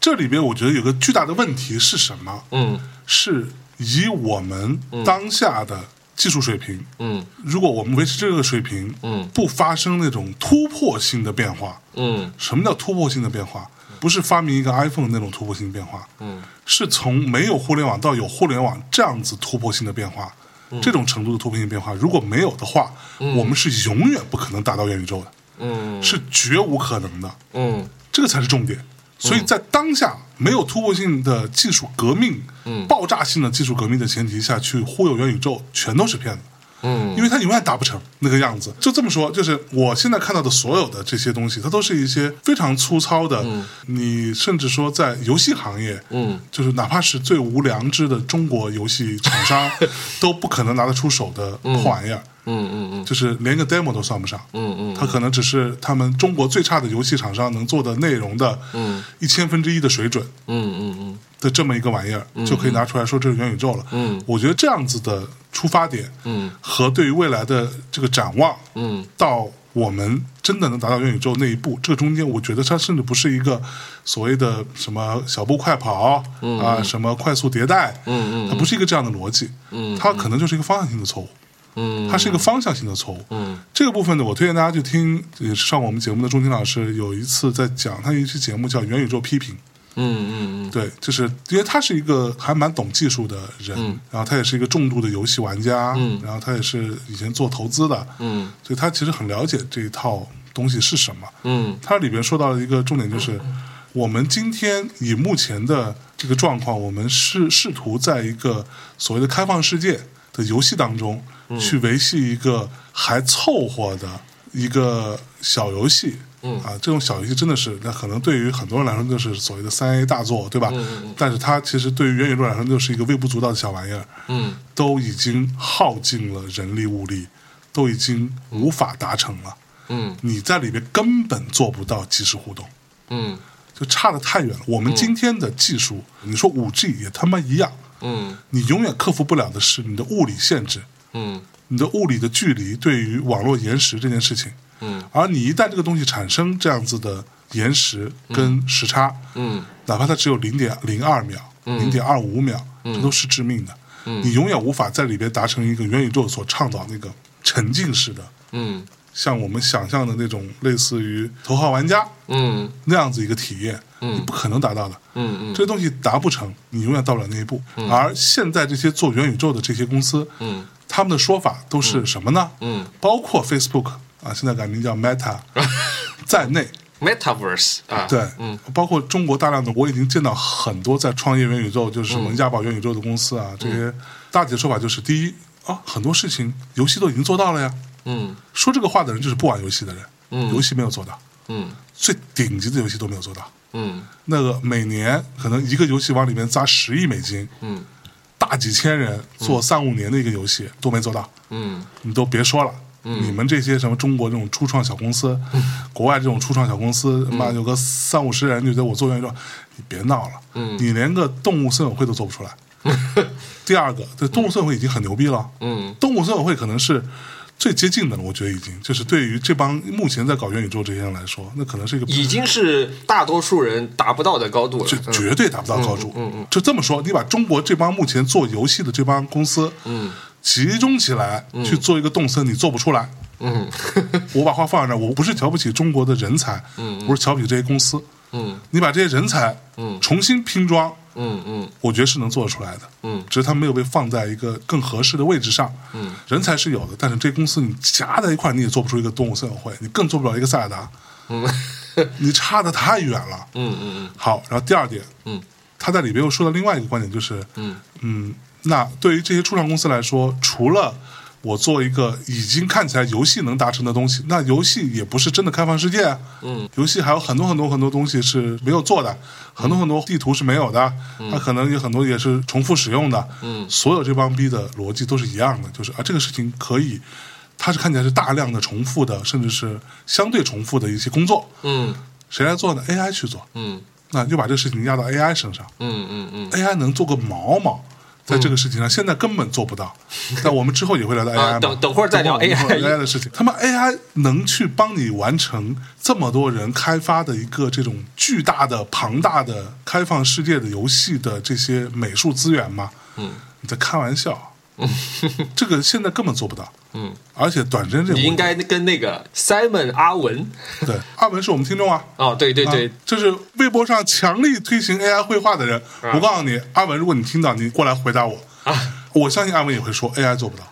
这里边我觉得有个巨大的问题是什么？嗯是以我们当下的技术水平，嗯如果我们维持这个水平，嗯不发生那种突破性的变化，嗯什么叫突破性的变化？不是发明一个 iPhone 那种突破性变化，嗯是从没有互联网到有互联网这样子突破性的变化，嗯这种程度的突破性变化，如果没有的话，我们是永远不可能达到元宇宙的，嗯是绝无可能的。嗯这个才是重点。所以在当下没有突破性的技术革命、嗯爆炸性的技术革命的前提下去忽悠元宇宙，全都是骗子。嗯因为它永远达不成那个样子。就这么说，就是我现在看到的所有的这些东西，它都是一些非常粗糙的。你甚至说在游戏行业，嗯，就是哪怕是最无良知的中国游戏厂 *laughs* 商，都不可能拿得出手的破玩意儿。嗯嗯嗯就是连个 demo 都算不上，嗯嗯。它可能只是他们中国最差的游戏厂商能做的内容的，嗯，一千分之一的水准嗯嗯嗯的这么一个玩意儿，就可以拿出来说这是元宇宙了。嗯，我觉得这样子的出发点，嗯，和对于未来的这个展望，嗯，到我们真的能达到元宇宙那一步，这个中间，我觉得它甚至不是一个所谓的什么小步快跑啊、什么快速迭代，嗯嗯嗯它不是一个这样的逻辑，嗯它可能就是一个方向性的错误。嗯它是一个方向性的错误。嗯，这个部分呢，我推荐大家去听，也是上我们节目的钟婷老师有一次在讲，他有一期节目叫《元宇宙批评》，嗯嗯对，就是因为他是一个还蛮懂技术的人，然后他也是一个重度的游戏玩家，然后他也是以前做投资的，嗯所以他其实很了解这一套东西是什么。嗯它里边说到的一个重点就是，我们今天以目前的这个状况，我们是试图在一个所谓的开放世界的游戏当中，嗯去维系一个还凑合的一个小游戏。嗯啊，这种小游戏真的是，那可能对于很多人来说就是所谓的三 A 大作，对吧？嗯嗯但是它其实对于元宇宙来说就是一个微不足道的小玩意儿，嗯都已经耗尽了人力物力，都已经无法达成了。嗯你在里面根本做不到即时互动，嗯就差得太远了。我们今天的技术，你说五 G 也他妈一样，嗯你永远克服不了的是你的物理限制，嗯你的物理的距离对于网络延时这件事情。嗯而你一旦这个东西产生这样子的延时跟时差，嗯哪怕它只有零点零二秒、零点二五秒，嗯这都是致命的。你永远无法在里边达成一个元宇宙所倡导那个沉浸式的，嗯像我们想象的那种类似于头号玩家嗯那样子一个体验，你不可能达到的。嗯这东西达不成，你永远到不了那一步。而现在这些做元宇宙的这些公司，嗯他们的说法都是什么呢？嗯包括 Facebook 啊，现在改名叫 *laughs* Meta 在内， ，Metaverse 啊，对，嗯，包括中国大量的，我已经见到很多在创业元宇宙，就是什嗯么亚宝元宇宙的公司啊，这些大体的说法就是：第一啊，很多事情游戏都已经做到了呀。嗯说这个话的人就是不玩游戏的人，嗯游戏没有做到，嗯最顶级的游戏都没有做到。嗯那个每年可能一个游戏往里面砸十亿美金，嗯大几千人做三五年的一个游戏都没做到，嗯你都别说了。你们这些什么中国这种初创小公司，嗯国外这种初创小公司，妈有个三五十人就觉得我做元宇宙，你别闹了，嗯你连个动物森友会都做不出来。 *laughs* 第二个，这动物森友会已经很牛逼了，嗯动物森友会可能是最接近的了，我觉得已经就是对于这帮目前在搞元宇宙这些人来说，那可能是一个已经是大多数人达不到的高度了就。绝对达不到高度。嗯嗯，就这么说，你把中国这帮目前做游戏的这帮公司，嗯，集中起来去做一个动森，你做不出来。嗯 *laughs* 我把话放在这儿，我不是瞧不起中国的人才，嗯，我是瞧不起这些公司。嗯你把这些人才，嗯，重新拼装，嗯嗯我觉得是能做得出来的。嗯，只是他没有被放在一个更合适的位置上。嗯，人才是有的，但是这公司你夹在一块儿，你也做不出一个动物森友会，你更做不了一个塞尔达，嗯 *laughs* 你差得太远了。嗯嗯好，然后第二点，嗯，他在里边又说到另外一个观点，就是，嗯那对于这些初创公司来说，除了我做一个已经看起来游戏能达成的东西，那游戏也不是真的开放世界啊，嗯，游戏还有很多很多很多东西是没有做的，很多很多地图是没有的，它可能有很多也是重复使用的，嗯，所有这帮逼的逻辑都是一样的，就是啊，这个事情可以。它是看起来是大量的重复的，甚至是相对重复的一些工作，嗯谁来做呢？AI 去做，嗯那啊就把这个事情压到 AI 身上嗯嗯，AI 能做个毛毛，在这个事情上现在根本做不到。但我们之后也会聊到 AI 嘛、啊等等会儿再聊等我们 AI 会聊 AI 的事情。他们 AI 能去帮你完成这么多人开发的一个这种巨大的、庞大的开放世界的游戏的这些美术资源吗？嗯，你在开玩 *laughs* 笑。啊这个现在根本做不到，嗯，而且短时间这你个应该跟那个 Simon 阿文对阿文是我们听众啊，哦，对对对啊，就是微博上强力推行 AI 绘画的人，我告诉你，阿文，如果你听到，你过来回答我啊，我相信阿文也会说 AI 做不到。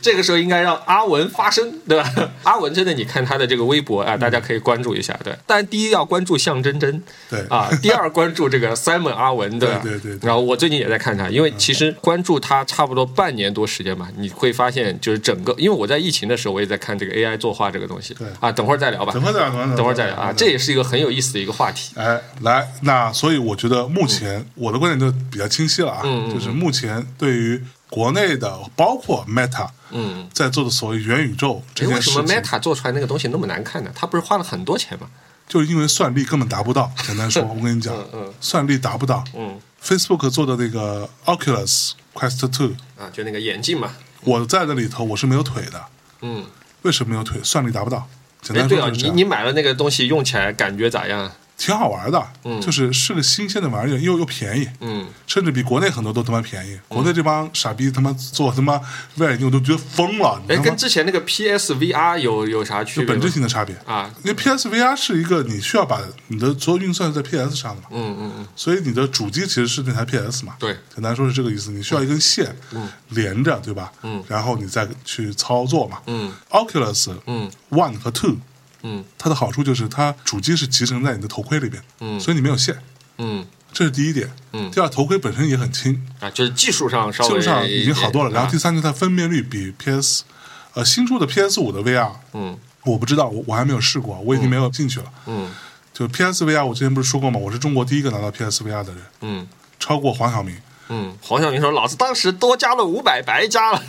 这个时候应该让阿文发声，对吧？ *laughs* 阿文真的，你看他的这个微博啊，嗯大家可以关注一下，对。但第一要关注象真真，对啊，第二关注 *laughs* 这个 Simon 阿文，对吧？对对对对嗯然后我最近也在看他，因为其实关注他差不多半年多时间吧，你会发现就是整个，因为我在疫情的时候我也在看这个 AI 作画这个东西，对嗯啊，等会儿再聊吧，等会儿再聊等会儿再聊等会儿再聊啊，等会儿再这聊也是一个很有意思的一个话题，哎，来，那所以我觉得目前我的观点就比较清晰了啊，嗯就是目前对于国内的，包括 Meta，嗯。在做的所谓元宇宙这哎，为件什事么情， Meta 做出来那个东西那么难看呢？他不是花了很多钱吗？就是因为算力根本达 *laughs* 不到。简单说，我跟你讲嗯嗯，算力达不到。嗯 Facebook 做的那个 Oculus Quest Two，啊，就那个眼镜嘛，我在那里头我是没有腿的，嗯，为什么没有腿？算力达不到。简哎，单对说啊，就是这你样。你买了那个东西，用起来感觉咋样？挺好玩的，嗯，就是是个新鲜的玩意儿，又又便宜，嗯，甚至比国内很多都他妈便嗯宜。国内这帮傻逼他妈做他妈 VR 眼镜，我都觉得疯了。你哎，他妈跟之前那个 PS VR 有有啥区就别本吗？质性的差别啊，因为 PSVR 是一个你需要把你的所有运算在 PS 上的嘛，嗯嗯嗯，所以你的主机其实是那台 PS 嘛，对，嗯简单说是这个意思，你需要一根线连着，对吧？嗯，然后你再去操作嘛。嗯，Oculus，嗯，One 和 Two，嗯它的好处就是它主机是集成在你的头盔里边，嗯所以你没有线，嗯这是第一点。嗯第二，头盔本身也很轻，啊，就是技术上稍技微术上已经好多了。然后第啊三就是它分辨率比 PS，呃，新出的 PS 五的 VR，嗯我不知道，我我还没有试过，我已经没有进去了。嗯就 PSVR，我之前不是说过吗？我是中国第一个拿到 PSVR 的人，嗯超过黄晓明，嗯，黄晓明说：“老子当时多加了五百，白加 *laughs* 了。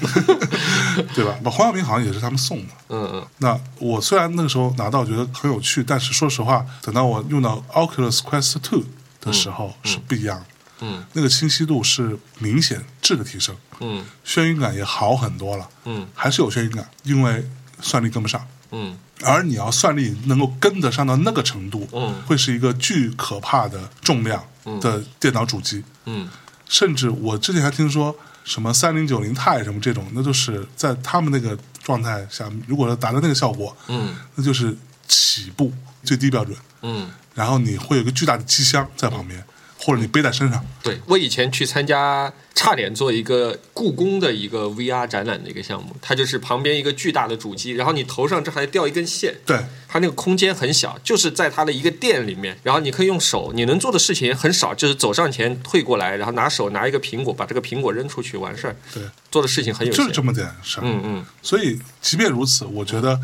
对吧？不，黄晓明好像也是他们送的。”嗯嗯那我虽然那个时候拿到觉得很有趣，但是说实话，等到我用到 Oculus Quest 2的时候是不一样的，嗯那个清晰度是明显质的提升，嗯眩晕感也好很多了，嗯，还是有眩晕感，因为算力跟不上。嗯而你要算力能够跟得上到那个程度，嗯会是一个巨可怕的重量的电脑主机，嗯甚至我之前还听说什么三零九零钛什么这种，那就是在他们那个状态下，如果达到那个效果，嗯那就是起步最低标准，嗯，然后你会有一个巨大的机箱在旁边，或者你背在身上，对我以前去参加，差点做一个故宫的一个 VR 展览的一个项目，它就是旁边一个巨大的主机，然后你头上这还吊一根线，对，它那个空间很小，就是在它的一个店里面，然后你可以用手，你能做的事情也很少，就是走上前退过来，然后拿手拿一个苹果，把这个苹果扔出去完事儿，对，做的事情很有限。就是这么点事儿。嗯嗯所以，即便如此，我觉得，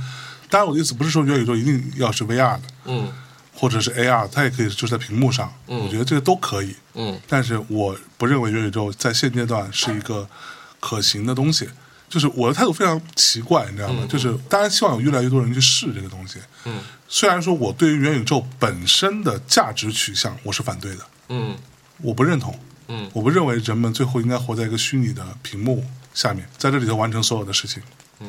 当然我的意思不是说元宇宙一定要是 VR 的，嗯或者是 AR，它也可以就是在屏幕上，我觉得这个都可以。嗯但是我不认为元宇宙在现阶段是一个可行的东西。就是我的态度非常奇怪，你知道吗？就是当然希望有越来越多人去试这个东西。嗯，虽然说我对于元宇宙本身的价值取向我是反对的，嗯我不认同。嗯，我不认为人们最后应该活在一个虚拟的屏幕下面，在这里头完成所有的事情，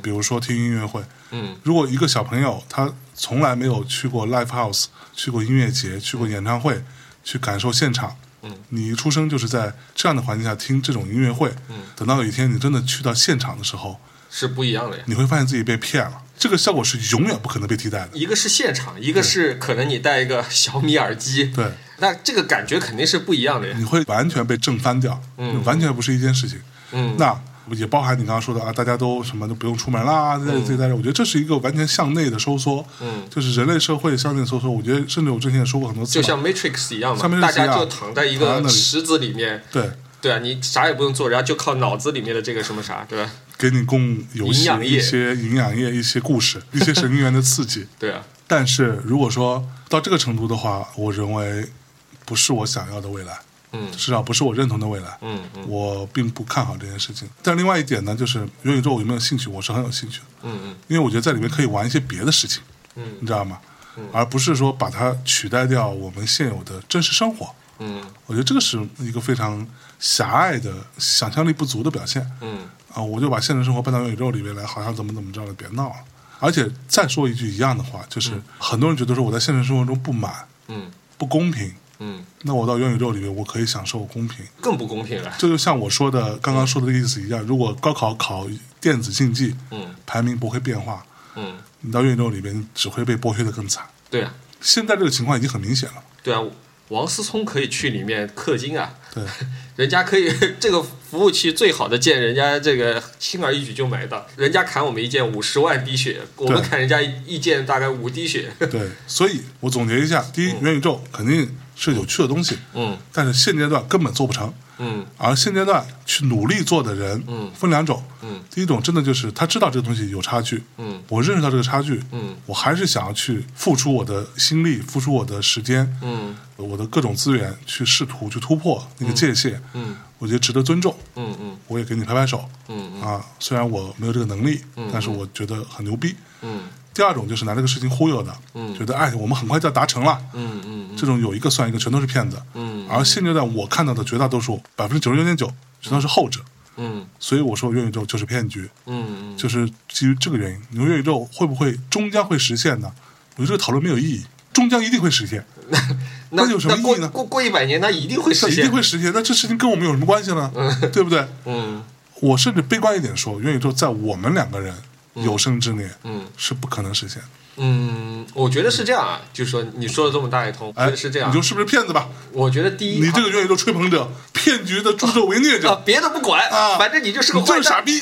比如说听音乐会。嗯，如果一个小朋友他从来没有去过 live house，去过音乐节，去过演唱会，去感受现场。嗯，你一出生就是在这样的环境下听这种音乐会。嗯，等到有一天你真的去到现场的时候，是不一样的呀。你会发现自己被骗了。这个效果是永远不可能被替代的。一个是现场，一个是可能你戴一个小米耳机，对，那这个感觉肯定是不一样的呀。你会完全被震翻掉，嗯，完全不是一件事情。嗯，那也包含你刚刚说的啊，大家都什么都不用出门啦，在自己待着。我觉得这是一个完全向内的收缩，嗯，就是人类社会向内收缩。我觉得，甚至我之前也说过很多次就嘛，像 Matrix 一样像嘛， Matrix 大家一样就躺在一躺在个那里池子里面，对，对啊，你啥也不用做，然后就靠脑子里面的这个什么啥，对吧？给你供游营戏养液一些营养液、一些故事、一些神经元的刺激。 *laughs* 对啊，但是如果说到这个程度的话，我认为不是我想要的未来，嗯至少不是我认同的未来。嗯嗯我并不看好这件事情。但另外一点呢，就是元宇宙我有没有兴趣？我是很有兴趣的，嗯嗯因为我觉得在里面可以玩一些别的事情，嗯你知道吗？而不是说把它取代掉我们现有的真实生活。嗯我觉得这个是一个非常狭隘的、想象力不足的表现。嗯啊，我就把现实生活搬到元宇宙里面来，好像怎么怎么着了，别闹了。而且再说一句一样的话，就是、很多人觉得说我在现实生活中不满、嗯不公平，嗯，那我到元宇宙里面，我可以享受公平。更不公平了。这就像我说的刚刚说的这个意思一样，如果高考考电子竞技，嗯排名不会变化，嗯，你到元宇宙里面只会被剥削的更惨。对啊现在这个情况已经很明显了，对啊，王思聪可以去里面氪金啊，对，人家可以这个服务器最好的剑，人家这个轻而易举就买到，人家砍我们一剑五十万滴血，我们对砍人家一剑大概五滴血。 *laughs* 对，所以我总结一下，第一，元宇宙肯定是有趣的东西，嗯但是现阶段根本做不成。嗯而现阶段去努力做的人，嗯分两种，嗯第一种真的就是他知道这个东西有差距，嗯我认识到这个差距，嗯我还是想要去付出我的心力，付出我的时间，嗯我的各种资源去试图去突破那个界限，嗯我觉得值得尊重，嗯嗯我也给你拍拍手，嗯啊，虽然我没有这个能力，但是我觉得很牛逼。嗯第二种就是拿这个事情忽悠的，觉得哎，我们很快就要达成了，嗯嗯这种有一个算一个，全都是骗子。嗯而现阶段我看到的绝大多数，百分之九十九点九，全都是后者。嗯所以我说元宇宙就是骗局，嗯就是基于这个原因。你说元宇宙会不会终将会实现呢？我觉得这个讨论没有意义，终终将一定会实现，那那有什么那过意义呢过过一百年，那一定会那实一定现。会实现。那这事情跟我们有什么关系呢？对不对？嗯我甚至悲观一点说，元宇宙在我们两个人有生之年，嗯，是不可能实现的。嗯，我觉得是这样啊，就是说你说了这么大一通，我觉哎，得是这样你。就是不是骗子吧？我觉得第一，你这个元宇宙吹捧者，骗局的助纣为虐啊者，，别的不管，啊反正你就是个你就坏是蛋。傻哎逼。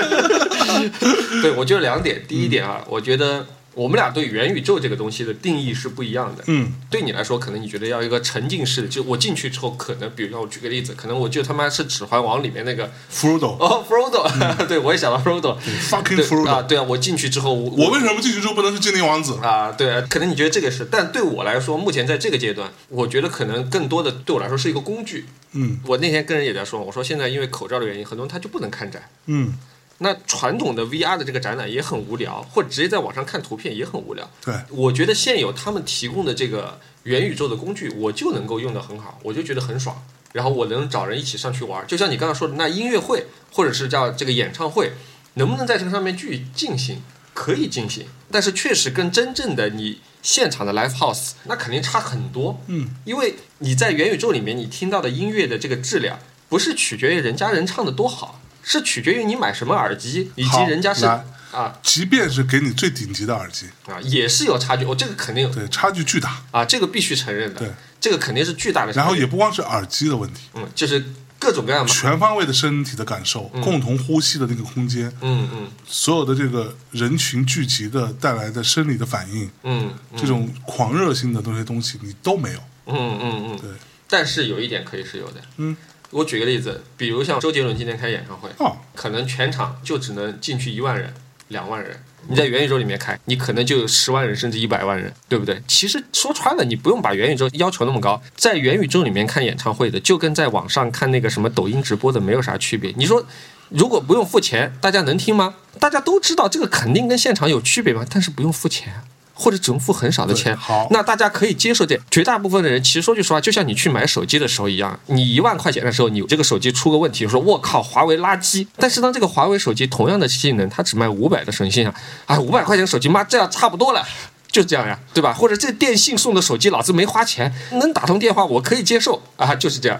*laughs* 对对，我觉得两点。第一点啊，我觉得我们俩对元宇宙这个东西的定义是不一样的。嗯，对你来说，可能你觉得要一个沉浸式的，就我进去之后，可能比如让我举个例子，可能我就他妈是《指环王》里面那个弗罗斗哦，Frodo，、对 *laughs* 嗯我也想到 Frodo， ，fucking 弗罗对啊，斗，对啊，我进去之后，我我为什么进去之后不能是精灵王子？啊，对啊，可能你觉得这个是，但对我来说，目前在这个阶段，我觉得可能更多的对我来说是一个工具。嗯我那天跟人也在说，我说现在因为口罩的原因，很多人他就不能看展。嗯，那传统的 VR 的这个展览也很无聊，或者直接在网上看图片也很无聊。对，我觉得现有他们提供的这个元宇宙的工具，我就能够用得很好，我就觉得很爽。然后我能找人一起上去玩儿，就像你刚刚说的，那音乐会或者是叫这个演唱会，能不能在这个上面去进行？可以进行，但是确实跟真正的你现场的 live house 那肯定差很多。嗯，因为你在元宇宙里面，你听到的音乐的这个质量，不是取决于人家人唱的多好，是取决于你买什么耳机，以及好人家是来啊即便是给你最顶级的耳机，啊，也是有差距。我、这个肯定有对，差距巨大。啊，这个必须承认对的，这个肯定是巨大的差然距。后也不光是耳机的问题，嗯，就是各种各样的，全方位的身体的感受，共同呼吸的那个空间，嗯嗯所有的这个人群聚集的带来的生理的反应，嗯这种狂热性的那些东西你都没有。嗯嗯对嗯，但是有一点可以是有的，嗯，我举个例子，比如像周杰伦今天开演唱会，哦，可能全场就只能进去一万人、两万人。你在元宇宙里面开，你可能就有十万人甚至一百万人，对不对？其实说穿了，你不用把元宇宙要求那么高，在元宇宙里面看演唱会的，就跟在网上看那个什么抖音直播的没有啥区别。你说，如果不用付钱，大家能听吗？大家都知道这个肯定跟现场有区别嘛，但是不用付钱啊，或者只用付很少的钱。对好那大家可以接受点。绝大部分的人其实说句实话，就像你去买手机的时候一样，你一万块钱的时候，你这个手机出个问题，说我靠，华为垃圾。但是当这个华为手机同样的性能，它只卖五百的神性啊，哎，五百块钱的手机，妈这样差不多了。就这样呀，对吧？或者这电信送的手机，老子没花钱，能打通电话，我可以接受啊，就是这样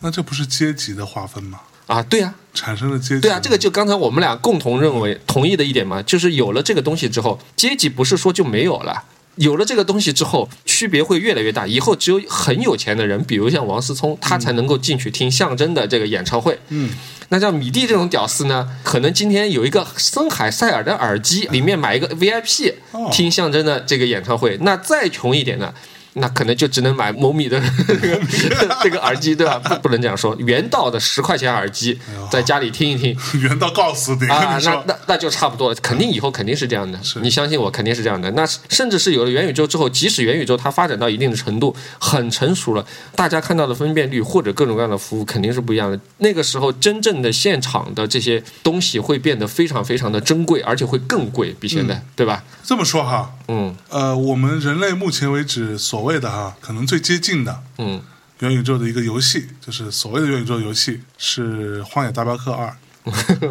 那这不是阶级的划分吗？啊，对呀、产生了阶级。对啊，这个就刚才我们俩共同认为同意的一点嘛，就是有了这个东西之后，阶级不是说就没有了。有了这个东西之后，区别会越来越大。以后只有很有钱的人，比如像王思聪，他才能够进去听象征的这个演唱会。嗯，那像米蒂这种屌丝呢，可能今天有一个森海塞尔的耳机，里面买一个 VIP 哦听象征的这个演唱会。那再穷一点呢，那可能就只能买某米的 *laughs* 这个耳机，对吧？不不能这样说，原道的十块钱耳机哎呦，在家里听一听， *laughs* 原到告死你，啊跟，你那说，那那就差不多了，肯定以后肯定是这样的，你相信我，肯定是这样的。那是甚至是有了元宇宙之后，即使元宇宙它发展到一定的程度，很成熟了，大家看到的分辨率或者各种各样的服务肯定是不一样的。那个时候，真正的现场的这些东西会变得非常非常的珍贵，而且会更贵，比现在，嗯对吧？这么说哈，嗯 *laughs* 呃，我们人类目前为止所谓的哈，可能最接近的嗯元宇宙的一个游戏，就是所谓的元宇宙游戏是《荒野大镖客二》，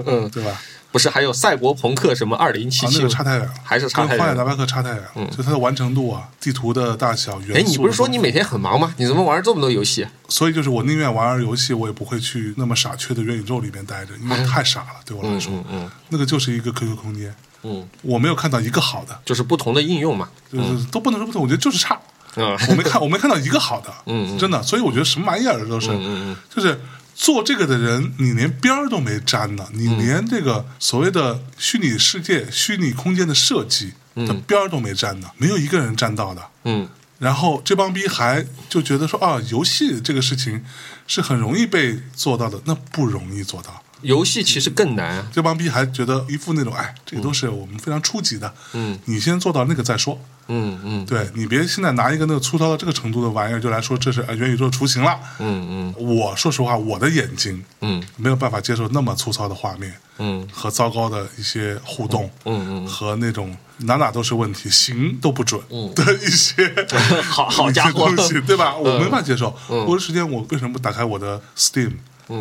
嗯，对吧？啊，不是还有赛博朋克什么二零七那七个？差太远了，还是差跟太《荒野远大了。嗯镖客》差太远了，就它的完成度啊、地图的大小、元素。哎，你不是说你？每天很忙吗？你怎么玩这么多游戏？啊所以就是我宁愿玩儿游戏，我也不会去那么傻缺的元宇宙里面待着，因为太傻了，对我来嗯说，嗯嗯那个就是一个 QQ 空间，嗯，我没有看到一个好的，就是不同的应用嘛。就是、都不能说不同，我觉得就是差。嗯我没看，我没看到一个好的，嗯嗯真的，所以我觉得什么玩意儿都是，嗯嗯就是做这个的人，你连边儿都没沾呢，嗯你连这个所谓的虚拟世界、虚拟空间的设计的边儿都没沾呢，没有一个人沾到的。嗯。然后这帮逼还就觉得说啊，游戏这个事情是很容易被做到的，那不容易做到。游戏其实更难啊。这帮逼还觉得一副那种，哎，这个都是我们非常初级的，嗯你先做到那个再说。嗯嗯对你别现在拿一个那个粗糙到这个程度的玩意儿就来说这是呃元宇宙雏形了。嗯我说实话，我的眼睛嗯没有办法接受那么粗糙的画面嗯和糟糕的一些互动，嗯和那种哪哪都是问题，行都不准嗯的一些、 *laughs* 嗯，好好家伙 *laughs* 一些东西，对吧？我嗯没法接受。嗯我有时间我为什么不打开我的 Steam？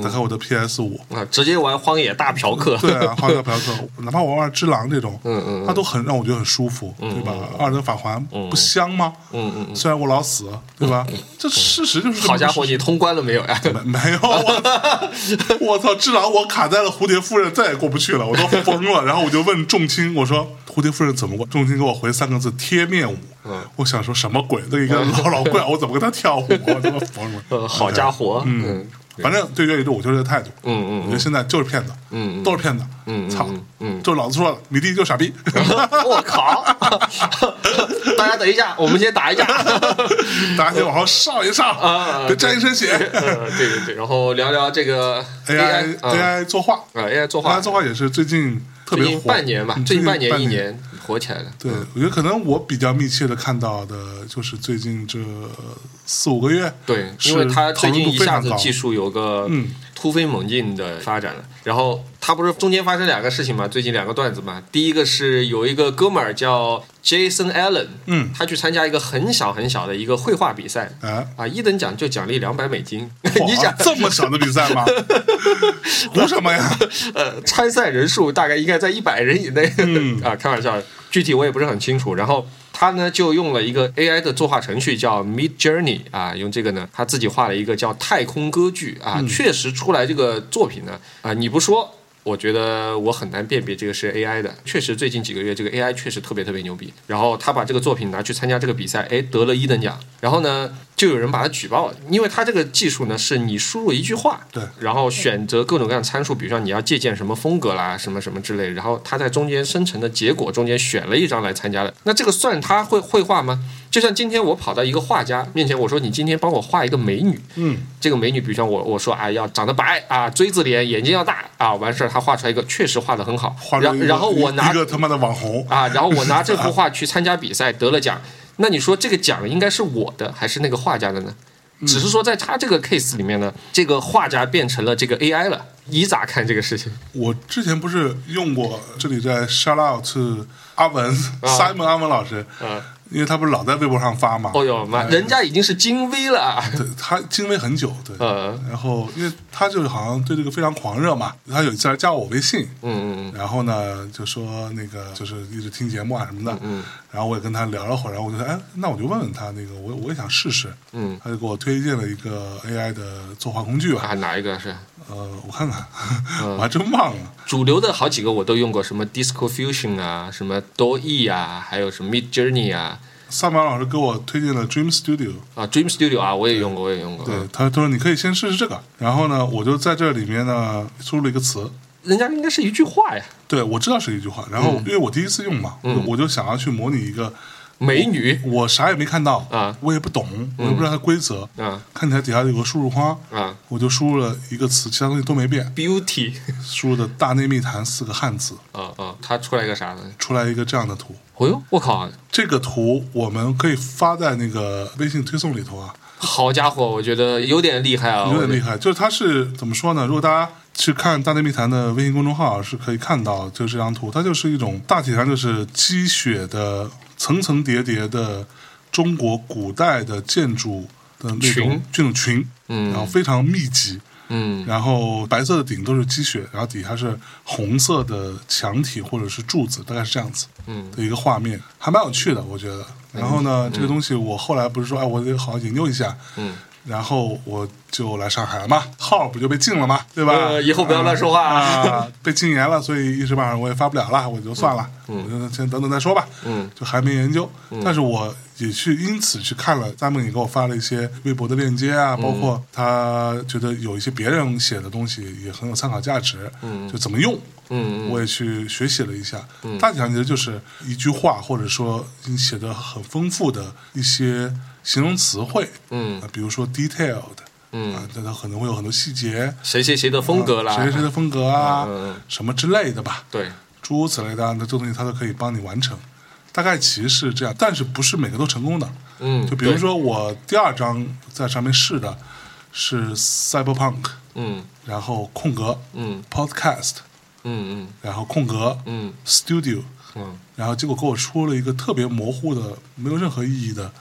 打开我的 PS 五，啊，直接玩《荒野大嫖客》 *laughs* 对啊，荒野嫖客，哪怕我玩《只狼》这种，嗯嗯它都很让我觉得很舒服，对吧？二等返还不香吗？嗯嗯嗯，虽然我老死，对吧？这事实就是这么 *laughs* 好家个伙，事你通关了没有呀？ *laughs* 实，没有我，我操！只狼我卡在了蝴蝶夫人，再也过不去了，我都疯了。然后我就问仲卿，我说蝴蝶夫人怎么过？仲卿给我回三个字：贴面舞。嗯我想说什么鬼？这一个老老怪，我怎么跟他跳舞？我他妈疯了！呃，嗯好家伙，嗯反正对越狱我就是这态度，嗯我觉得现在就是骗子，嗯都是骗子，嗯嗯操嗯，嗯就是老子说了，米蒂就是傻逼， *laughs* 我靠！ *laughs* 大家等一下，我们先打一架。呃大家先往后上一上，啊别沾一身血。呃，对对对，然后聊聊这个 AI 啊 AI 作画啊 AI 作，AI 画，作画也是最近特最别近火，半年吧，嗯最近半半年一年。年嗯火起来了。对，我觉得可能我比较密切的看到的就是最近这四五个月，对，是因为它最近一下讨论度非常子高技术有个嗯突飞猛进的发展了。然后它不是中间发生两个事情嘛，最近两个段子嘛。第一个是有一个哥们儿叫 Jason Allen，嗯他去参加一个很小很小的一个绘画比赛，哎，啊，一等奖就奖励两百美金。哇 *laughs* 你想，这么小的比赛 *laughs* 吗？胡什么呀？呃，参赛人数大概应该在一百人以内、嗯 *laughs* 啊，开玩笑，具体我也不是很清楚。然后他呢就用了一个 AI 的作画程序叫 Mid Journey 啊，用这个呢他自己画了一个叫《太空歌剧》啊，确实出来这个作品呢啊，你不说。我觉得我很难辨别这个是 AI 的，确实最近几个月这个 AI 确实特别特别牛逼。然后他把这个作品拿去参加这个比赛，哎，得了一等奖。然后呢，就有人把他举报了，因为他这个技术呢是你输入一句话，对，然后选择各种各样的参数，比如说你要借鉴什么风格啦，什么什么之类的，然后他在中间生成的结果中间选了一张来参加的。那这个算他会绘画吗？就像今天我跑到一个画家面前，我说你今天帮我画一个美女，嗯，这个美女，比如像我我说啊，要长得白啊，锥子脸，眼睛要大啊，完事儿他画出来一个，确实画的很好画，出然一个然后我拿一个他妈的网红，啊，然后我拿 *laughs* 这幅画去参加比赛，得了奖。那你说这个奖应该是我的还是那个画家的呢？嗯只是说在他这个 case 里面呢，这个画家变成了这个 AI 了。你咋看这个事情？我之前不是用过，这里在 shout out to 阿文、Simon 阿文老师，啊因为他不是老在微博上发嘛，哦哟妈，人家已经是精 V 了啊！ *laughs* 对他经历很久，对，呃，然后因为他就是好像对这个非常狂热嘛，他有一次还加我微信，嗯嗯然后呢就说那个就是一直听节目啊什么的，嗯然后我也跟他聊了会儿，然后我就说，哎，那我就问问他那个，我我也想试试，嗯，他就给我推荐了一个 AI 的作画工具吧，啊，哪一个是呃，我看看，嗯 *laughs* 我还真忘了。主流的？好几个我都用过，什么 Disco Fusion 啊，什么 DALL-E 啊，还有什么 Mid Journey 啊，萨满老师给我推荐了 Dream Studio，啊 Dream Studio 啊，我也用过，我也用过。对，他他说你可以先试试这个，然后呢，我就在这里面呢输入了一个词，人家应该是一句话呀，对我知道是一句话，然后因为我第一次用嘛，我我就想要去模拟一个美女我啥也没看到啊我也不懂，我也不知道它规则，啊看起来底下有个输入框，啊我就输入了一个词，其他东西都没变， ，Beauty 输入的“大内密谈”四个汉字，啊啊，它出来个啥呢？出来一个这样的图。哦呦，我靠！这个图我们可以发在那个微信推送里头啊，好家伙，我觉得有点厉害啊！有点厉害。害。就是它是怎么说呢？如果大家去看《大内密谈》的微信公众号，是可以看到就是这张图，它就是一种大体上就是积雪的层层叠叠的中国古代的建筑的那种群这种群，嗯然后非常密集。嗯然后白色的顶都是积雪，然后底下是红色的墙体或者是柱子，大概是这样子嗯的一个画面，还蛮有趣的，我觉得。然后呢，这个东西我后来不是说，哎，我得好好研究一下，嗯，然后我就来上海了嘛，号不就被禁了嘛，对吧？呃以后不要乱说话啊啊，被禁言了，所以一时半会儿我也发不了了，我就算了，我就先等等再说吧。嗯，就还没研究，但是我也去因此去看了，咱们也给我发了一些微博的链接嗯啊，包括他觉得有一些别人写的东西也很有参考价值，嗯，就怎么用。嗯我也去学习了一下，大体上其实就是一句话，或者说你写的很丰富的一些形容词汇，嗯啊，比如说 detailed，嗯啊，那它可能会有很多细节，谁谁谁的风格啦？谁谁的风格啊，嗯嗯嗯什么之类的吧，对，诸如此类的，那这东西它都可以帮你完成。大概其实是这样，但是不是每个都成功的。嗯，就比如对，说我第二章在上面试的是 cyberpunk，嗯然后空格嗯 podcast，嗯然后空格嗯嗯 studio，嗯然后结果给我出了一个特别模糊的、没有任何意义的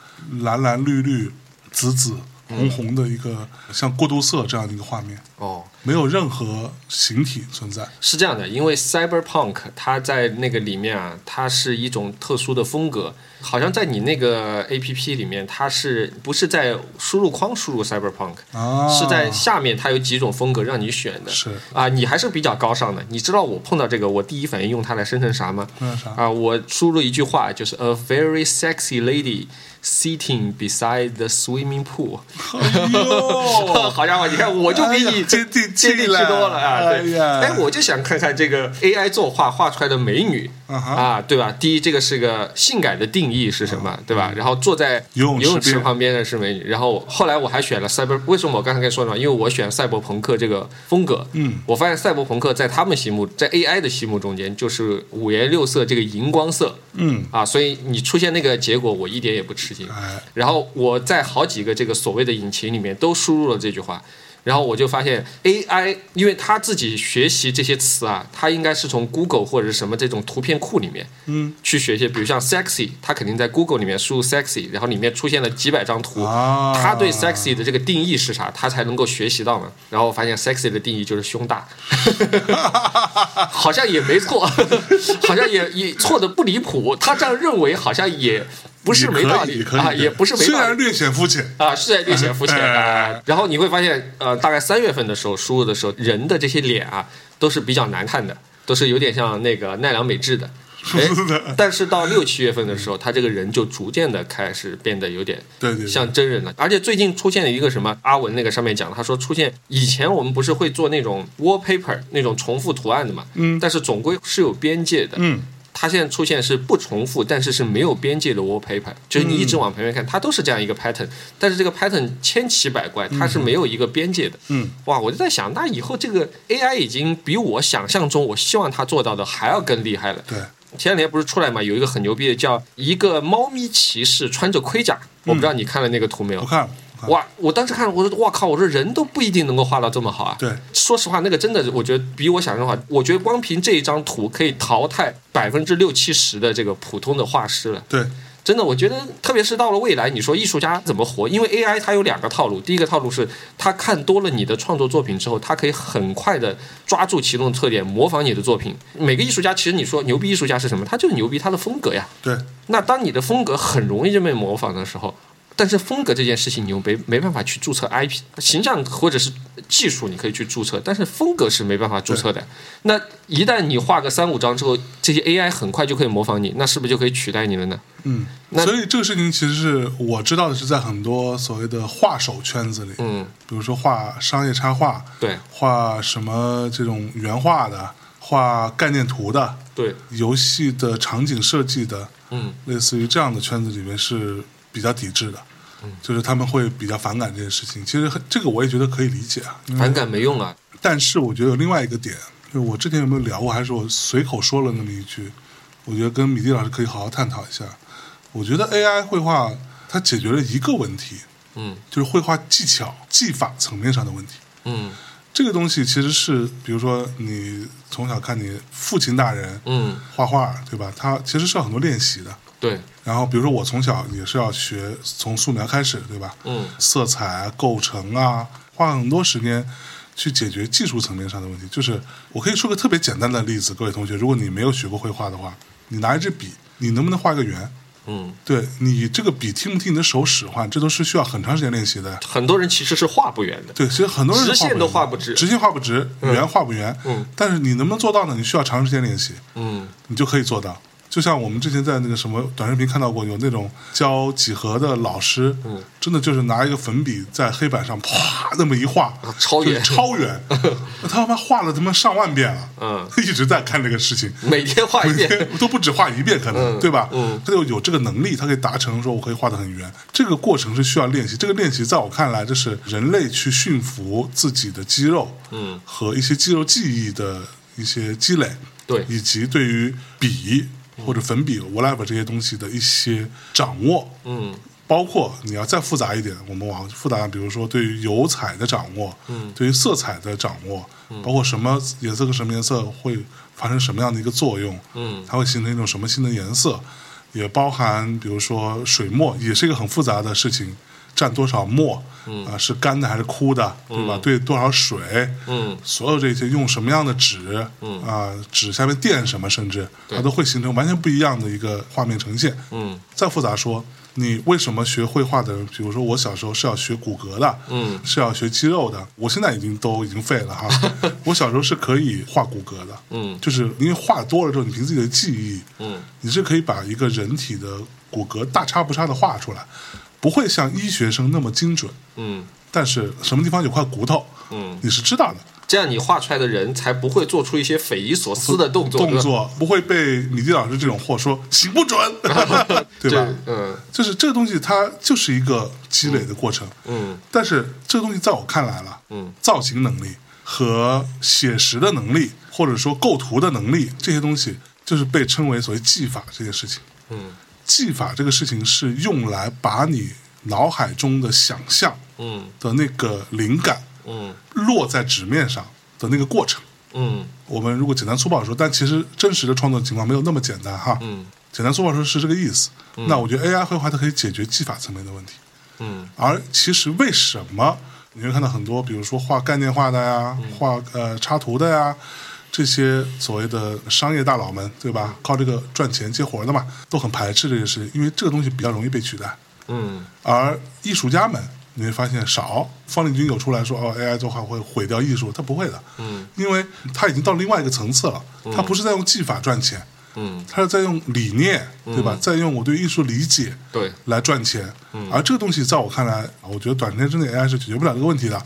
蓝蓝绿绿、紫紫红红的一个像过渡色这样的一个画面。哦，没有任何形体存在。是这样的，因为 cyberpunk 它在那个里面啊，它是一种特殊的风格，好像在你那个 A P P 里面，它是不是在输入框输入 cyberpunk，、啊是在下面它有几种风格让你选的。是啊，你还是比较高尚的。你知道我碰到这个，我第一反应用它来生成啥吗？那叫啥？啊，我输入一句话就是 a very sexy lady sitting beside the swimming pool。哎呦， *laughs* 好家伙，你看我就比哎你呀接地气接地气了多了啊！对，哎呀哎，我就想看看这个 AI 作画画出来的美女啊哈啊，对吧？第一，这个是个性感的定义是什么，对吧？然后坐在嗯游泳池泳池边旁边的是美女，然后后来我还选了赛博，为什么我刚才跟你说呢？因为我选赛博朋克这个风格，嗯，我发现赛博朋克在他们心目，在 AI 的心目中间就是五颜六色这个荧光色，嗯，啊，所以你出现那个结果，我一点也不吃惊。哎，然后我在好几个这个所谓的引擎里面都输入了这句话，然后我就发现 AI，因为它自己学习这些词啊，它应该是从 Google 或者是什么这种图片库里面，嗯，去学一些，比如像 sexy，它肯定在 Google 里面输入 sexy，然后里面出现了几百张图，啊，它对 sexy 的这个定义是啥，它才能够学习到呢。然后我发现 sexy 的定义就是胸大，好像也没错， *laughs* 好像也也错的不离谱。他这样认为好像也不是没道理也可以啊，可以也不是没虽道然理。略显肤浅，啊，是在略显肤浅哎哎啊 *laughs* 哎。然后你会发现，呃，大概三月份的时候输入的时候，人的这些脸啊，都是比较难看的，都是有点像那个奈良美智 *laughs* 的。是哎的，但是到六七月份的时候，他这个人就逐渐的开始变得有点 *laughs* 对对，像真人了。而且最近出现了一个什么阿文那个上面讲，他说出现以前我们不是会做那种 wallpaper 那种重复图案的嘛，嗯但是总归是有边界的，嗯，它现在出现是不重复，但是是没有边界的 wallpaper，就是你一嗯直往旁边看，它都是这样一个 pattern，但是这个 pattern 千奇百怪，它是没有一个边界的。嗯，哇，我就在想，那以后这个 AI 已经比我想象中我希望它做到的还要更厉害了。对，前两天不是出来嘛，有一个很牛逼的叫一个猫咪骑士穿着盔甲，我不知道你看了那个图没有？我看了，我看了哇！我当时看，我说哇靠！我说人都不一定能够画到这么好啊。对，说实话，那个真的，我觉得比我想象的好。我觉得光凭这一张图可以淘汰百分之六七十的这个普通的画师了。对，真的，我觉得，特别是到了未来，你说艺术家怎么活？因为 AI 它有两个套路，第一个套路是它看多了你的创作作品之后，它可以很快的抓住其中的特点，模仿你的作品。每个艺术家，其实你说牛逼艺术家是什么？他就是牛逼他的风格呀。对，那当你的风格很容易就被模仿的时候，但是风格这件事情你又没没办法去注册 IP 形象或者是技术，你可以去注册，但是风格是没办法注册的。那一旦你画个三五张之后，这些 AI 很快就可以模仿你，那是不是就可以取代你了呢？嗯，那所以这个事情其实是我知道的是在很多所谓的画手圈子里，嗯，比如说画商业插画，对画什么这种原画的，画概念图的，对，游戏的场景设计的，嗯，类似于这样的圈子里面是比较抵制的。就是他们会比较反感这件事情，其实很这个我也觉得可以理解啊。因为反感没用啊。但是我觉得有另外一个点，就是我之前有没有聊过，还是我随口说了那么一句，我觉得跟米蒂老师可以好好探讨一下。我觉得 AI 绘画它解决了一个问题，嗯就是绘画技巧、技法层面上的问题。嗯这个东西其实是，比如说你从小看你父亲大人嗯，画画，对吧？他其实是要很多练习的。对，然后，比如说我从小也是要学从素描开始，对吧？嗯色彩啊、构成啊，花很多时间去解决技术层面上的问题。就是我可以说个特别简单的例子，各位同学，如果你没有学过绘画的话，你拿一支笔，你能不能画个圆？嗯，对你这个笔听不听你的手使唤，这都是需要很长时间练习的。很多人其实是画不圆的。对，其实很多人直线都画不直直，直线画不直，圆画不圆。嗯，但是你能不能做到呢？你需要长时间练习。嗯你就可以做到。就像我们之前在那个什么短视频看到过，有那种教几何的老师，嗯，真的就是拿一个粉笔在黑板上啪那么一画，啊超远就是超远， *laughs* 那他妈画了他妈上万遍了，嗯， *laughs* 一直在看这个事情， *laughs* 每天画一 *laughs* 遍。都不止画一遍，可嗯能、对吧？嗯，他就有这个能力，他可以达成说我可以画得很圆。这个过程是需要练习，这个练习在我看来，这是人类去驯服自己的肌肉，嗯，和一些肌肉记忆的一些积累，对以及对于笔或者粉笔、whatever 这些东西的一些掌握，嗯包括你要再复杂一点，我们往复杂，比如说对于油彩的掌握，嗯，对于色彩的掌握，嗯包括什么颜色跟什么颜色会发生什么样的一个作用，嗯它会形成一种什么新的颜色，也包含比如说水墨，也是一个很复杂的事情。蘸多少墨，嗯啊是干的还是枯的，对吧？兑多少水，嗯，所有这些用什么样的纸，嗯啊纸下面垫什么，甚至它都会形成完全不一样的一个画面呈现。嗯，再复杂说，你为什么学绘画的人？比如说我小时候是要学骨骼的，嗯，是要学肌肉的。我现在已经都已经废 *laughs* 了哈。我小时候是可以画骨骼的，嗯就是因为画多了之后，你凭自己的记忆，嗯，你是可以把一个人体的骨骼大差不差的画出来，不会像医学生那么精准，嗯但是什么地方有块骨头，嗯，你是知道的。这样你画出来的人才不会做出一些匪夷所思的动作，动对吧作不会被米蒂老师这种货说行不准， *laughs* *laughs* 对吧？这嗯就是这个东西，它就是一个积累的过程。嗯但是这个东西在我看来了，嗯，造型能力和写实的能力，或者说构图的能力，这些东西就是被称为所谓技法这件事情。嗯技法这个事情是用来把你脑海中的想象嗯的那个灵感嗯落在纸面上的那个过程。嗯我们如果简单粗暴说，但其实真实的创作情况没有那么简单哈。嗯简单粗暴说是这个意思。那我觉得 AI 绘画它可以解决技法层面的问题。嗯而其实为什么你会看到很多，比如说画概念画的呀，嗯画呃插图的呀，这些所谓的商业大佬们，对嗯吧？靠这个赚钱接活的嘛，都很排斥这件事情，因为这个东西比较容易被取代。嗯而艺术家们，你会发现少。方立军有出来说哦，AI 作画会毁掉艺术，他不会的，嗯，因为他已经到另外一个层次了，他不是在用技法赚钱，嗯，他是在用理念，对吧？在用我对艺术理解，对，嗯来赚钱。而这个东西在我看来，我觉得短时间之内 AI 是解决不了这个问题的，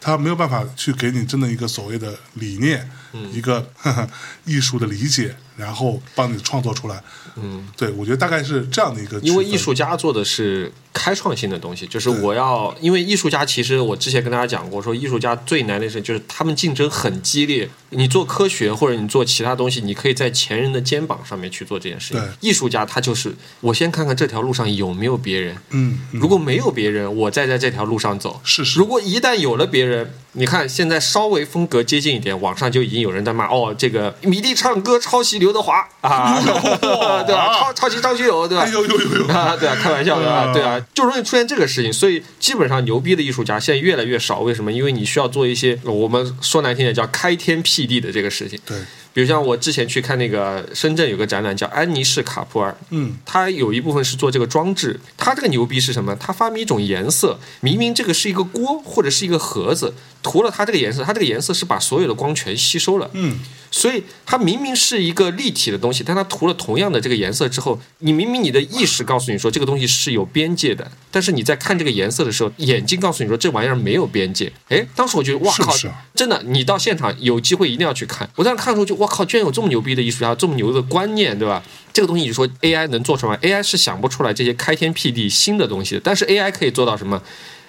它没有办法去给你真的一个所谓的理念，嗯一个 *laughs* 呵呵艺术的理解，然后帮你创作出来。嗯，对，我觉得大概是这样的一个区分，因为艺术家做的是开创性的东西，就是我要，因为艺术家其实我之前跟大家讲过，说艺术家最难的是就是他们竞争很激烈。你做科学或者你做其他东西，你可以在前人的肩膀上面去做这件事情对。艺术家他就是我先看看这条路上有没有别人，嗯，嗯，如果没有别人，我再在这条路上走。是是如果一旦有了别人，你看现在稍微风格接近一点，网上就已经有人在骂哦，这个迷弟唱歌抄袭刘德华啊， *laughs* *laughs* 对吧？抄抄袭张学友，对吧哦哎？呦呦呦呦， *laughs* 啊，对啊，开玩笑的啊，啊对啊，就容易出现这个事情，所以基本上牛逼的艺术家现在越来越少。为什么？因为你需要做一些我们说难听点叫开天辟地的这个事情。 *laughs* 对，比如像我之前去看那个深圳有个展览叫安妮士卡普尔，嗯它有一部分是做这个装置。它这个牛逼是什么？它发明一种颜色，明明这个是一个锅或者是一个盒子，涂了它这个颜色，它这个颜色是把所有的光全吸收了。嗯，所以它明明是一个立体的东西，但它涂了同样的这个颜色之后，你明明你的意识告诉你说这个东西是有边界的，但是你在看这个颜色的时候，眼睛告诉你说这玩意儿没有边界。哎，当时我觉得哇是不靠，是啊真的，你到现场有机会一定要去看。我当时看的时候就哇靠，居然有这么牛逼的艺术家，这么牛的观念，对吧？这个东西你说 AI 能做出来吗？AI 是想不出来这些开天辟地新的东西的，但是 AI 可以做到什么？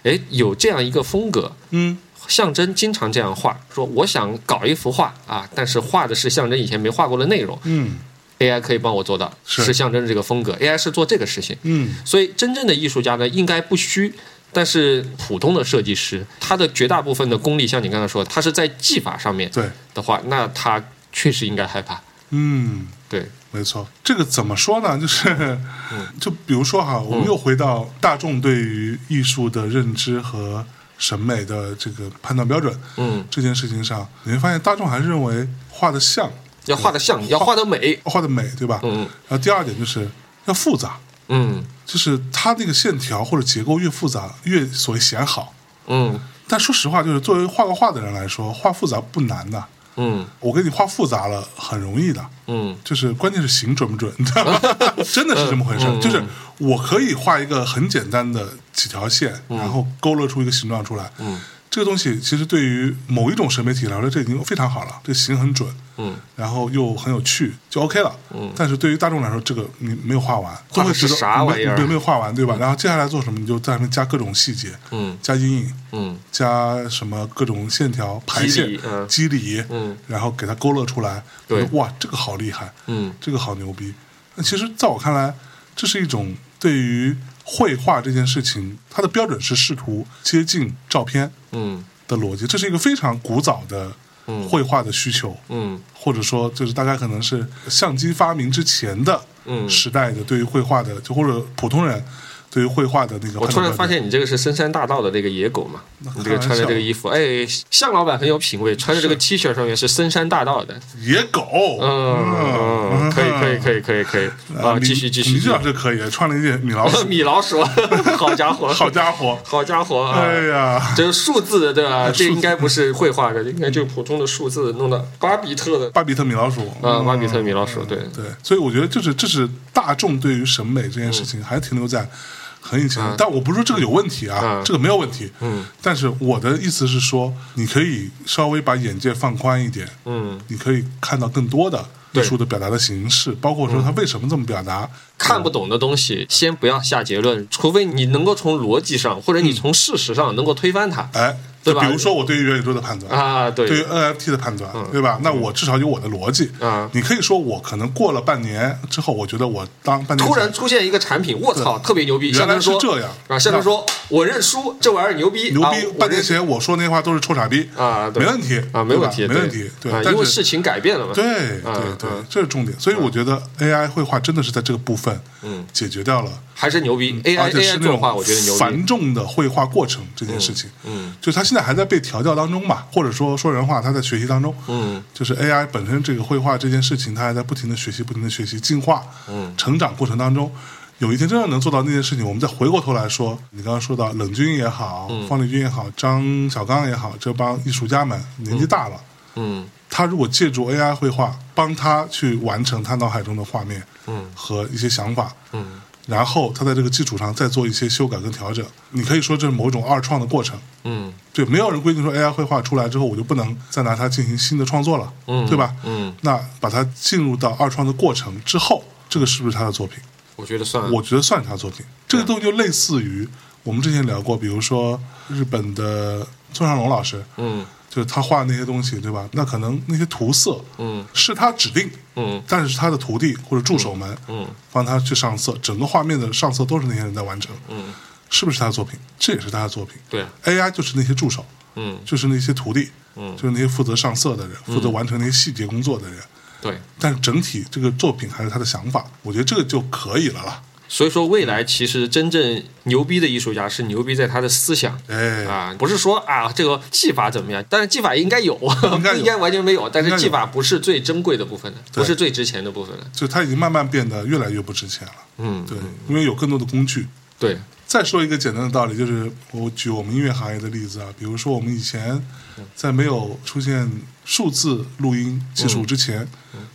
哎，有这样一个风格，嗯，象征经常这样画，说我想搞一幅画啊，但是画的是象征以前没画过的内容嗯，AI 可以帮我做到，是象征这个风格，AI 是做这个事情。嗯，所以真正的艺术家呢，应该不虚。但是普通的设计师，他的绝大部分的功力，像你刚才说，他是在技法上面对，的话，那他确实应该害怕。嗯。对，没错，这个怎么说呢？就是， *laughs* 就比如说哈，我们又回到大众对于艺术的认知和审美的这个判断标准，嗯，这件事情上，你会发现大众还是认为画的像，要画的像，要画的美。画的美，对吧？嗯然后第二点就是要复杂，嗯就是它那个线条或者结构越复杂，越所谓显好。嗯但说实话，就是作为画过画的人来说，画复杂不难的，嗯我给你画复杂了，很容易的。嗯就是关键是形准不准，你知道吗？ *laughs* 真的是这么回事嗯儿。就是我可以画一个很简单的几条线，然后勾勒出一个形状出来。嗯，这个东西其实对于某一种审美体来说，这已经非常好了，这形很准，嗯，然后又很有趣，就 OK 了。嗯，但是对于大众来说，这个你没有画完，画就的会是觉得啥玩意儿没有没有画完，对吧？然后接下来做什么，你就在上面加各种细节，嗯加阴影，嗯加什么各种线条排肌线理嗯、肌理，嗯，然后给它勾勒出来，对哇，这个好厉害，嗯这个好牛逼。那其实，在我看来，这是一种对于绘画这件事情，它的标准是试图接近照片嗯的逻辑，这是一个非常古早的嗯绘画的需求，嗯或者说就是大概可能是相机发明之前的嗯时代的对于绘画的，就或者普通人对于绘画的那个。我突然发现你这个是深山大道的那个野狗嘛，你这个穿着这个衣服，哎，向老板很有品味，穿着这个 T 恤上面是深山大道的野狗。嗯，可以可以可以可以可以啊，继续继续。呃米老师可以穿了一件米 *laughs* 老鼠，米老鼠，好家伙，好家伙，好家伙！啊哎呀，哎这个数字对吧？这应该不是绘画的，应该就普通的数字弄的巴比特的嗯巴比特米老鼠啊，巴比特米老鼠，对对。所以我觉得就是这是大众对于审美这件嗯事情还停留在。很以啊前，但我不是说这个有问题啊，这个没有问题。嗯，但是我的意思是说，你可以稍微把眼界放宽一点。嗯，你可以看到更多的艺术的表达的形式，包括说他为什么这么表达。嗯看不懂的东西，先不要下结论，除非你能够从逻辑上或者你嗯从事实上能够推翻它。哎，对吧？比如说我对于元宇宙的判断啊，对，嗯对于 NFT 的判断，对吧？那我至少有我的逻辑。啊，你可以说我可能过了半年之后，我觉得我当半年突然出现一个产品，我操，特别牛逼！原来是说这样啊，相当于说我认输，这玩意儿牛逼，牛啊逼！我半年认前我说那些话都是臭傻逼啊对没问题啊，没对吧问题，没对问题。对啊，，但因为是事情改变了嘛。对嗯对对嗯，这是重点。所以我觉得 AI 绘画真的是在这个部分，嗯，解决掉了，还是牛逼而，AI 且是 AI 那作种画，我觉得牛逼。繁重的绘画过程这件事情，嗯，就它现在还在被调教当中吧，或者说说人话，它在学习当中，嗯，就是 AI 本身这个绘画这件事情，它还在不停的学习，不停的学习进化，嗯，成长过程当中。有一天真正能做到那件事情，我们再回过头来说，你刚刚说到冷军也好，方力钧也好，张小刚也好，这帮艺术家们年纪大了，嗯，他如果借助 AI 绘画，帮他去完成他脑海中的画面，嗯，和一些想法，嗯，然后他在这个基础上再做一些修改跟调整，你可以说这是某种二创的过程。嗯对，没有人规定说 AI 绘画出来之后，我就不能再拿它进行新的创作了，嗯，对吧？嗯，那把它进入到二创的过程之后，这个是不是他的作品？我觉得算了。我觉得算是他作品。嗯这个东西就类似于我们之前聊过，比如说日本的村上隆老师，嗯就是他画那些东西，对吧？那可能那些涂色，嗯，是他指定，嗯但是他的徒弟或者助手们，嗯，帮他去上色，整个画面的上色都是那些人在完成，嗯，是不是他的作品？这也是他的作品。对啊 AI 就是那些助手，嗯就是那些徒弟，嗯就是那些负责上色的人，负责完成那些细节工作的人。对。但是整体这个作品还是他的想法，我觉得这个就可以了啦。所以说，未来其实真正牛逼的艺术家是牛逼在他的思想。哎，啊，不是说啊，这个技法怎么样？但是技法应该有，应该有不 *laughs* 应该完全没有。但应是该有技法不是最珍贵的部分了，对不是最值钱的部分了。就他已经慢慢变得越来越不值钱了。嗯，对，因为有更多的工具，对，再说一个简单的道理，就是我举我们音乐行业的例子啊，比如说我们以前在没有出现数字录音技术之前，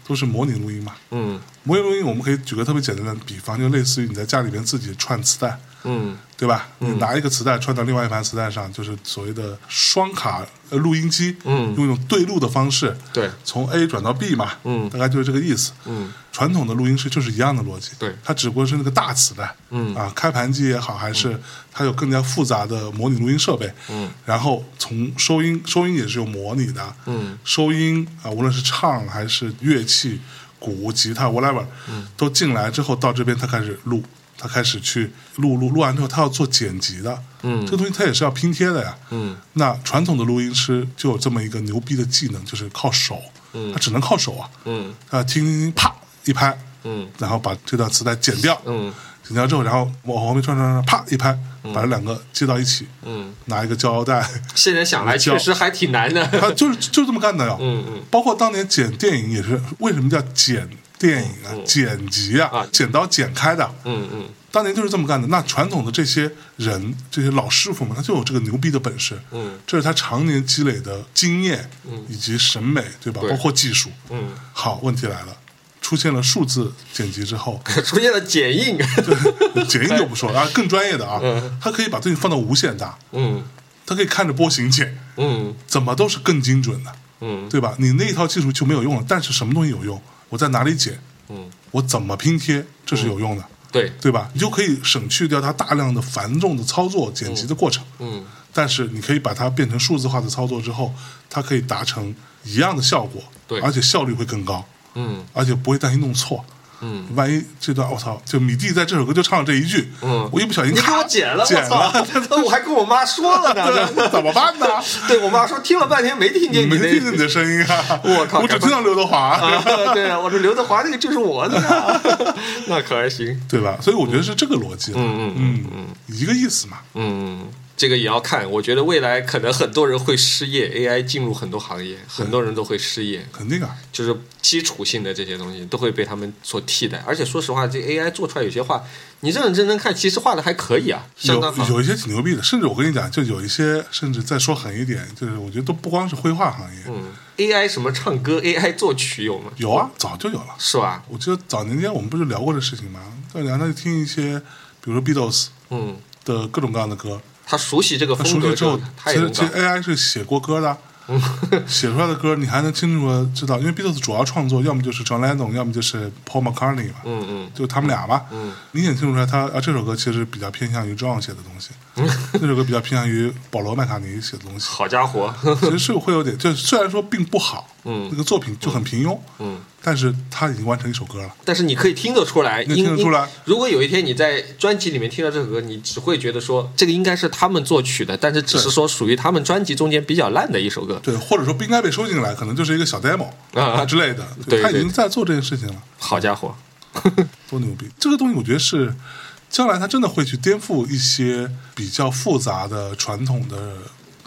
都是模拟录音嘛。嗯模拟录音我们可以举个特别简单的比方，就类似于你在家里边自己串磁带，嗯对吧？你拿一个磁带串到另外一盘磁带上，就是所谓的双卡呃录音机，嗯用一种对录的方式，对从 A 转到 B 嘛，嗯大概就是这个意思。嗯，传统的录音室就是一样的逻辑，对它只不过是那个大磁带，嗯啊，开盘机也好，还是它有更加复杂的模拟录音设备，嗯，然后从收音，收音也是有模拟的，嗯，收音啊，无论是唱还是乐器、鼓、吉他 whatever，嗯，都进来之后到这边，它开始录，它开始去录录录完之后，它要做剪辑的，嗯这个东西它也是要拼贴的呀，嗯，那传统的录音师就有这么一个牛逼的技能，就是靠手，嗯，他只能靠手啊，嗯啊，听听听，啪一拍，嗯然后把这段磁带剪掉，嗯剪掉之后，然后往旁边转转转，啪一拍，把这两个接到一起，嗯，拿一个胶带， *laughs* 现在想来确实还挺难的。他就是就这么干的哟。嗯嗯，包括当年剪电影也是，为什么叫剪电影啊、剪辑啊、嗯啊剪刀剪开的， *laughs* 嗯嗯当年就是这么干的。那传统的这些人，这些老师傅们，他就有这个牛逼的本事，嗯，这是他常年积累的经验，嗯，以及审美，对吧？对包括技术，嗯，好，问题来了，出现了数字剪辑之后，出现了剪映。 *laughs* 剪映就不说了啊，更专业的啊，它可以把东西放到无限大， *laughs* 嗯它可以看着波形剪，嗯怎么都是更精准的，嗯对吧？你那一套技术就没有用了，但是什么东西有用？我在哪里剪？嗯，我怎么拼贴？这是有用的，对，对吧？你就可以省去掉它大量的繁重的操作剪辑的过程，嗯但是你可以把它变成数字化的操作之后，它可以达成一样的效果，对而且效率会更高，嗯而且不会担心弄错。嗯，万一这段我操，就米蒂在这首歌就唱了这一句，嗯，我一不小心你给我剪了，剪 *laughs* 了，我操我还跟我妈说了呢，对怎么办呢？对我妈说听了半天没听见 *laughs* 你没那听见你的声音 *laughs* 啊！我靠我只听到刘德华，啊，对啊，我说刘德华那个就是我的呀， *laughs* 那可还行， *laughs* 对吧？所以我觉得是这个逻辑，嗯嗯嗯嗯，一个意思嘛，嗯，这个也要看，我觉得未来可能很多人会失业，AI 进入很多行业，很多人都会失业，肯定啊，就是基础性的这些东西都会被他们所替代。而且说实话，这 AI 做出来有些话，你认认真真看，其实画的还可以啊，相有当好。有一些挺牛逼的，甚至我跟你讲，就有一些，甚至再说狠一点，就是我觉得都不光是绘画行业，嗯，AI 什么唱歌，AI 作曲有吗？有啊，早就有了。是吧？我记得早年间我们不是聊过这事情吗？在聊那就听一些，比如说 Beatles 嗯，的各种各样的歌，他熟悉这个那风熟悉格之后，他其也实能其搞实。AI 是写过歌的，写出来的歌你还能清楚的知道，因为 Beatles 主要创作要么就是 John Lennon，要么就是 Paul McCartney 嘛，嗯嗯就他们俩吧。嗯明显听出来他啊这首歌其实比较偏向于 John 写的东西，这首歌比较偏向于保罗麦卡尼写的东西。好家伙，其实是会有点，就是虽然说并不好，嗯那个作品就很平庸，嗯，但是他已经完成一首歌了，但是你可以听得出来，你听得音出来音如果有一天你在专辑里面听到这首歌，你只会觉得说这个应该是他们作曲的，但是只是对说属于他们专辑中间比较烂的一首 *laughs* 歌。对，或者说不应该被收进来，可能就是一个小 demo 啊之类的，对他已对经在做这件事情了，好家伙，多牛逼！这个东西我觉得是将来它真的会去颠覆一些比较复杂的传统的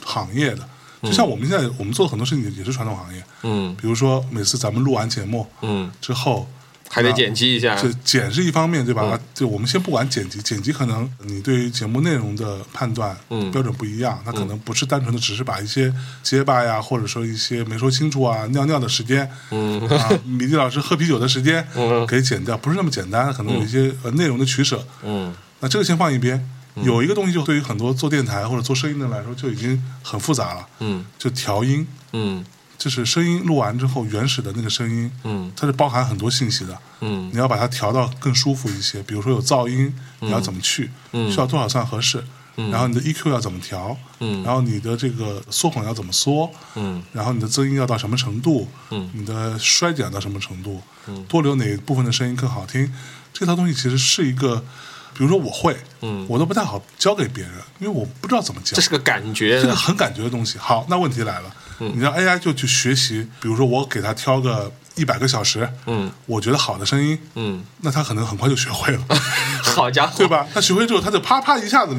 行业的，就像我们现在我们做的很多事情也是传统行业，嗯比如说每次咱们录完节目嗯，之后。还得那剪辑一下。就剪是一方面，对嗯吧？啊就我们先不管剪辑，剪辑可能你对于节目内容的判断嗯标准不一样，它可能不是单纯的只是把一些结巴呀，或者说一些没说清楚啊、尿尿的时间，嗯啊，米粒老师喝啤酒的时间，嗯给剪掉，不是那么简单，可能有一些呃内容的取舍。嗯那这个先放一边，有一个东西就对于很多做电台或者做声音的人来说就已经很复杂了，嗯就调音，嗯就是声音录完之后原始的那个声音，嗯它是包含很多信息的，嗯嗯你要把它调到更舒服一些，比如说有噪音，你要怎么去，需要多少算合适，然后你的 EQ 要怎么调，嗯然后你的这个缩混要怎么缩，嗯然后你的增音要到什么程度，嗯你的衰减到什么程度，多留哪部分的声音更好听，这套东西其实是一个，比如说我会，嗯，我都不太好教给别人，因为我不知道怎么教这。是个感觉啊这。个很感觉的东西。好，那问题来了，你让 AI 就去学习，比如说我给它挑个一百个小时，嗯我觉得好的声音，嗯，那他可能很快就学会了，好家伙，对？吧？他学会之后，他就啪啪一下子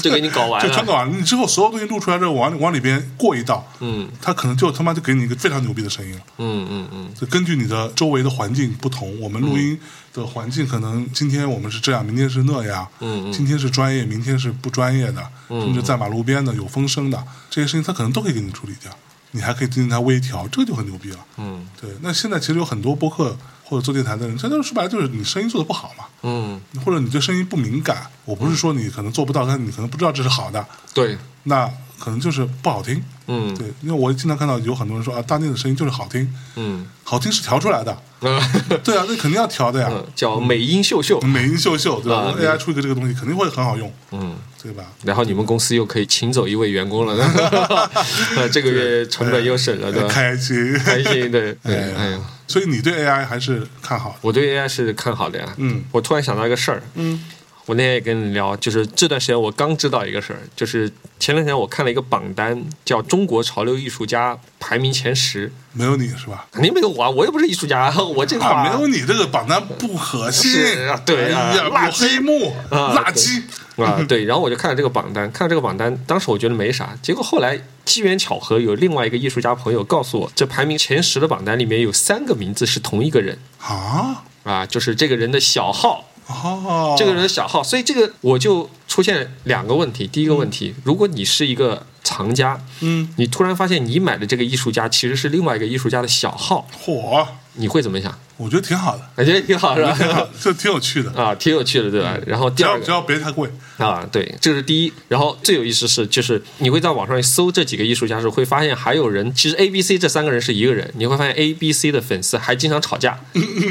就给你搞完就全了。搞完了。你之后所有东西录出来之后，往里往里边过一道，嗯他可能就他妈就给你一个非常牛逼的声音了。嗯嗯嗯就根据你的周围的环境不同，我们录音的环境可能今天我们是这样，明天是那样，嗯嗯今天是专业，明天是不专业的，甚至在马路边的有风声的这些事情，他可能都可以给你处理掉，你还可以进行它微调，这个就很牛逼了。嗯对，那现在其实有很多播客或者做电台的人，他就是说白了就是你声音做的不好嘛，嗯，或者你对声音不敏感。我不是说你可能做不到，但你可能不知道这是好的，对，那可能就是不好听。嗯对，因为我经常看到有很多人说啊，大内的声音就是好听，嗯。 *laughs* 好听是调出来的。对啊，那肯定要调的呀，嗯，叫美音秀秀，美音秀秀对吧、啊 a i 出一个这个东西肯定会很好用，嗯，对吧？然后你们公司又可以请走一位员工了，呃，这个月成本又省了，对吧？开心，开心，对，对，哎呀哎呀， *laughs* 所以你对 AI 还是看好的？我对 AI 是看好的呀。嗯我突然想到一个事儿，嗯我那天也跟你聊，就是这段时间我刚知道一个事儿，就是前两天我看了一个榜单，叫中国潮流艺术家排名前十，没有你是吧？肯定没有我啊，我又不是艺术家，我这话啊，没有你这个榜单不可信是啊对啊哎呀，垃有圾黑幕，啊垃圾，啊，对，然后我就看了这个榜单，看了这个榜单，当时我觉得没啥，结果后来机缘巧合，有另外一个艺术家朋友告诉我，这排名前十的榜单里面有三个名字是同一个人啊！啊，就是这个人的小号，哦，这个人的小号，所以这个我就出现两个问题，第一个问题，如果你是一个藏家，嗯，你突然发现你买的这个艺术家其实是另外一个艺术家的小号，火，你会怎么想？我觉得 *laughs* 挺好的，感觉挺好是挺好 *laughs* 吧？的，这挺有趣的，啊，挺有趣的，对吧？然后第只二要个只要别太贵，啊，对，这是第一。然后最有意思是，就是你会在网上搜这几个艺术家的时候，会发现还有人，其实 A、B、C 这三个人是一个人，你会发现 A、B、C 的粉丝还经常吵架，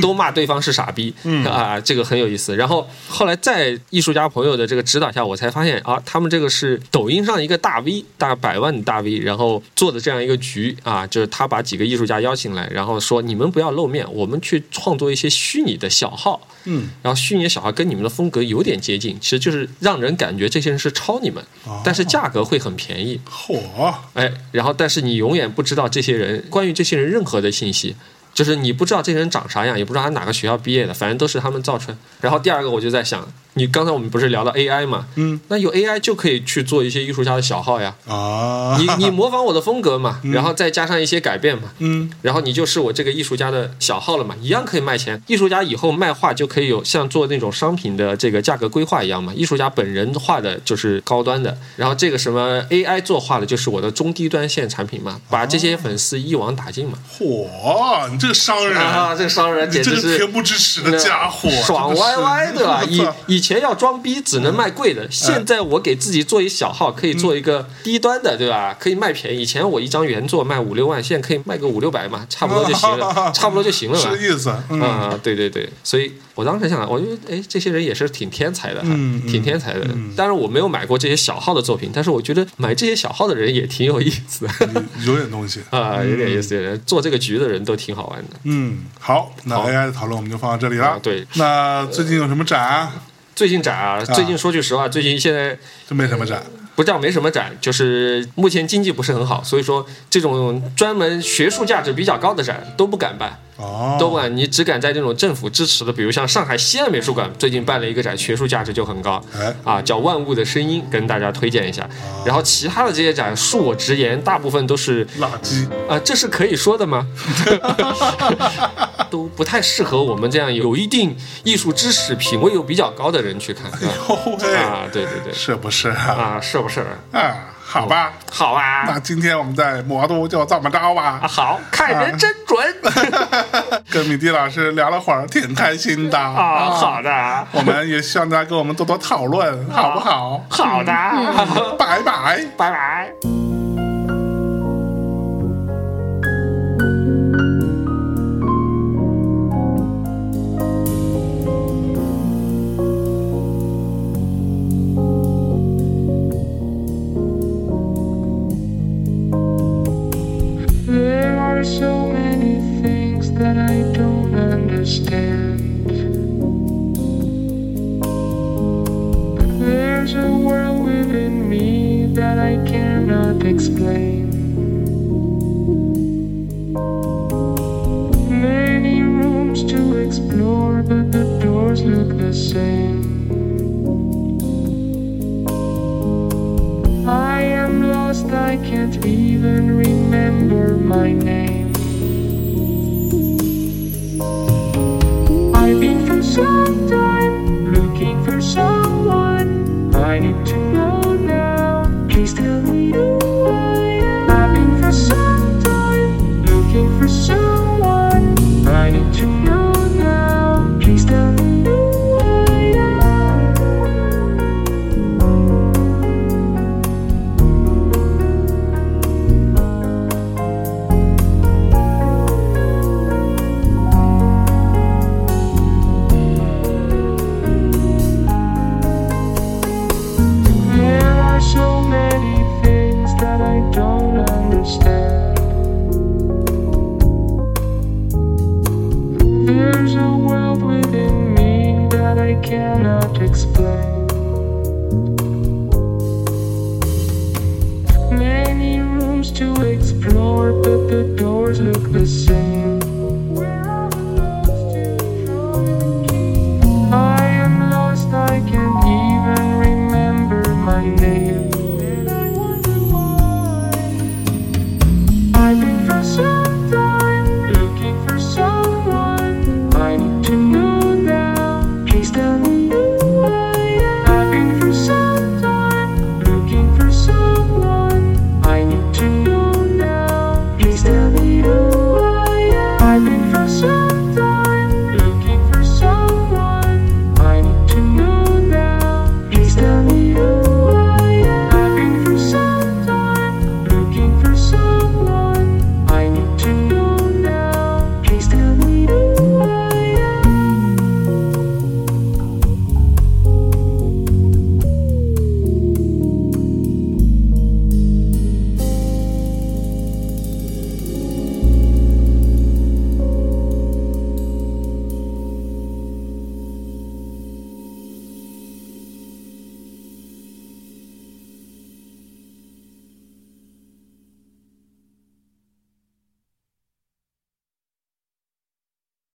都骂对方是傻逼，啊，这个很有意思。然后后来在艺术家朋友的这个指导下，我才发现啊，他们这个是抖音上一个大 V，大百万的大 V，然后做的这样一个局啊，就是他把几个艺术家邀请来，然后说你们不要露面，我们去去创作一些虚拟的小号，嗯，然后虚拟的小号跟你们的风格有点接近，其实就是让人感觉这些人是抄你们，但是价格会很便宜，嚯，哎，然后但是你永远不知道这些人关于这些人任何的信息，就是你不知道这些人长啥样，也不知道他哪个学校毕业的，反正都是他们造出来。然后第二个，我就在想，你刚才我们不是聊到 AI 嘛，嗯，那有 AI 就可以去做一些艺术家的小号呀，啊，你你模仿我的风格嘛，然后再加上一些改变嘛，嗯，然后你就是我这个艺术家的小号了嘛，一样可以卖钱。艺术家以后卖画就可以有像做那种商品的这个价格规划一样嘛，艺术家本人画的就是高端的，然后这个什么 AI 作画的就是我的中低端线产品嘛，把这些粉丝一网打尽嘛。嚯，你这个商人，啊，这个商人你简直这个是恬不知耻的家伙，爽歪歪真的 *laughs* 啊！是哎以以前要装逼只能卖贵的，现在我给自己做一小号，可以做一嗯个低端的，对吧？可以卖便宜。以前我一张原作卖五六万，现在可以卖个五六百嘛，差不多就行 *laughs* 了，差不多就行了是嘛这。意思，嗯，啊、对对对，所以我当时想，我觉得哎，这些人也是挺天才的哈，嗯嗯挺天才的。当然我没有买过这些小号的作品，但是我觉得买这些小号的人也挺有意思的 *laughs* 有点东西。啊、有点意思，有点做这个局的人都挺好玩的。嗯，好，那好 AI 的讨论我们就放到这里了。啊对那最近有什么展啊？最近展啊，最近说句实话，最近现在就没什么展，不叫没什么展，就是目前经济不是很好，所以说这种专门学术价值比较高的展都不敢办，哦，都不敢，你只敢在这种政府支持的，比如像上海西岸美术馆最近办了一个展，学术价值就很高，哎，啊，叫《万物的声音》，跟大家推荐一下。然后其他的这些展，恕我直言，大部分都是垃圾， *laughs* 啊，这是可以说的吗？ *laughs* 都不太适合我们这样有一定艺术知识、品味又比较高的人去看啊，哦喂，啊对对对，是不是啊？啊，是不是？啊，好吧，好啊，那今天我们在魔都就这么着啊，吧。好看人真准 *laughs* 跟米迪老师聊了会儿，挺开心的啊，好，的，我们也希望大家跟我们多多讨论，好不好？好的，拜拜。拜拜。 There are so many things that I don't understand. There's a world within me that I cannot explain. Many rooms to explore, but the doors look the same. I am lost, I can't even remember my name. I've been for some time looking for someone. I need to know now. Please tell me why. I've been for some time looking for someone. I need to know now. Please tell me why. There are so many things that I don't understand. There's a world within me that I cannot explain. Many rooms to explore, but the doors look the same. Where are the roads to follow? I am lost, I can't even remember my name. I've been for some time looking for someone. I need to know now. Please tell me why. I've been for some time looking for someone. I need to know now. Please tell me why. I've been for some time looking for someone. I need to know now. Please tell me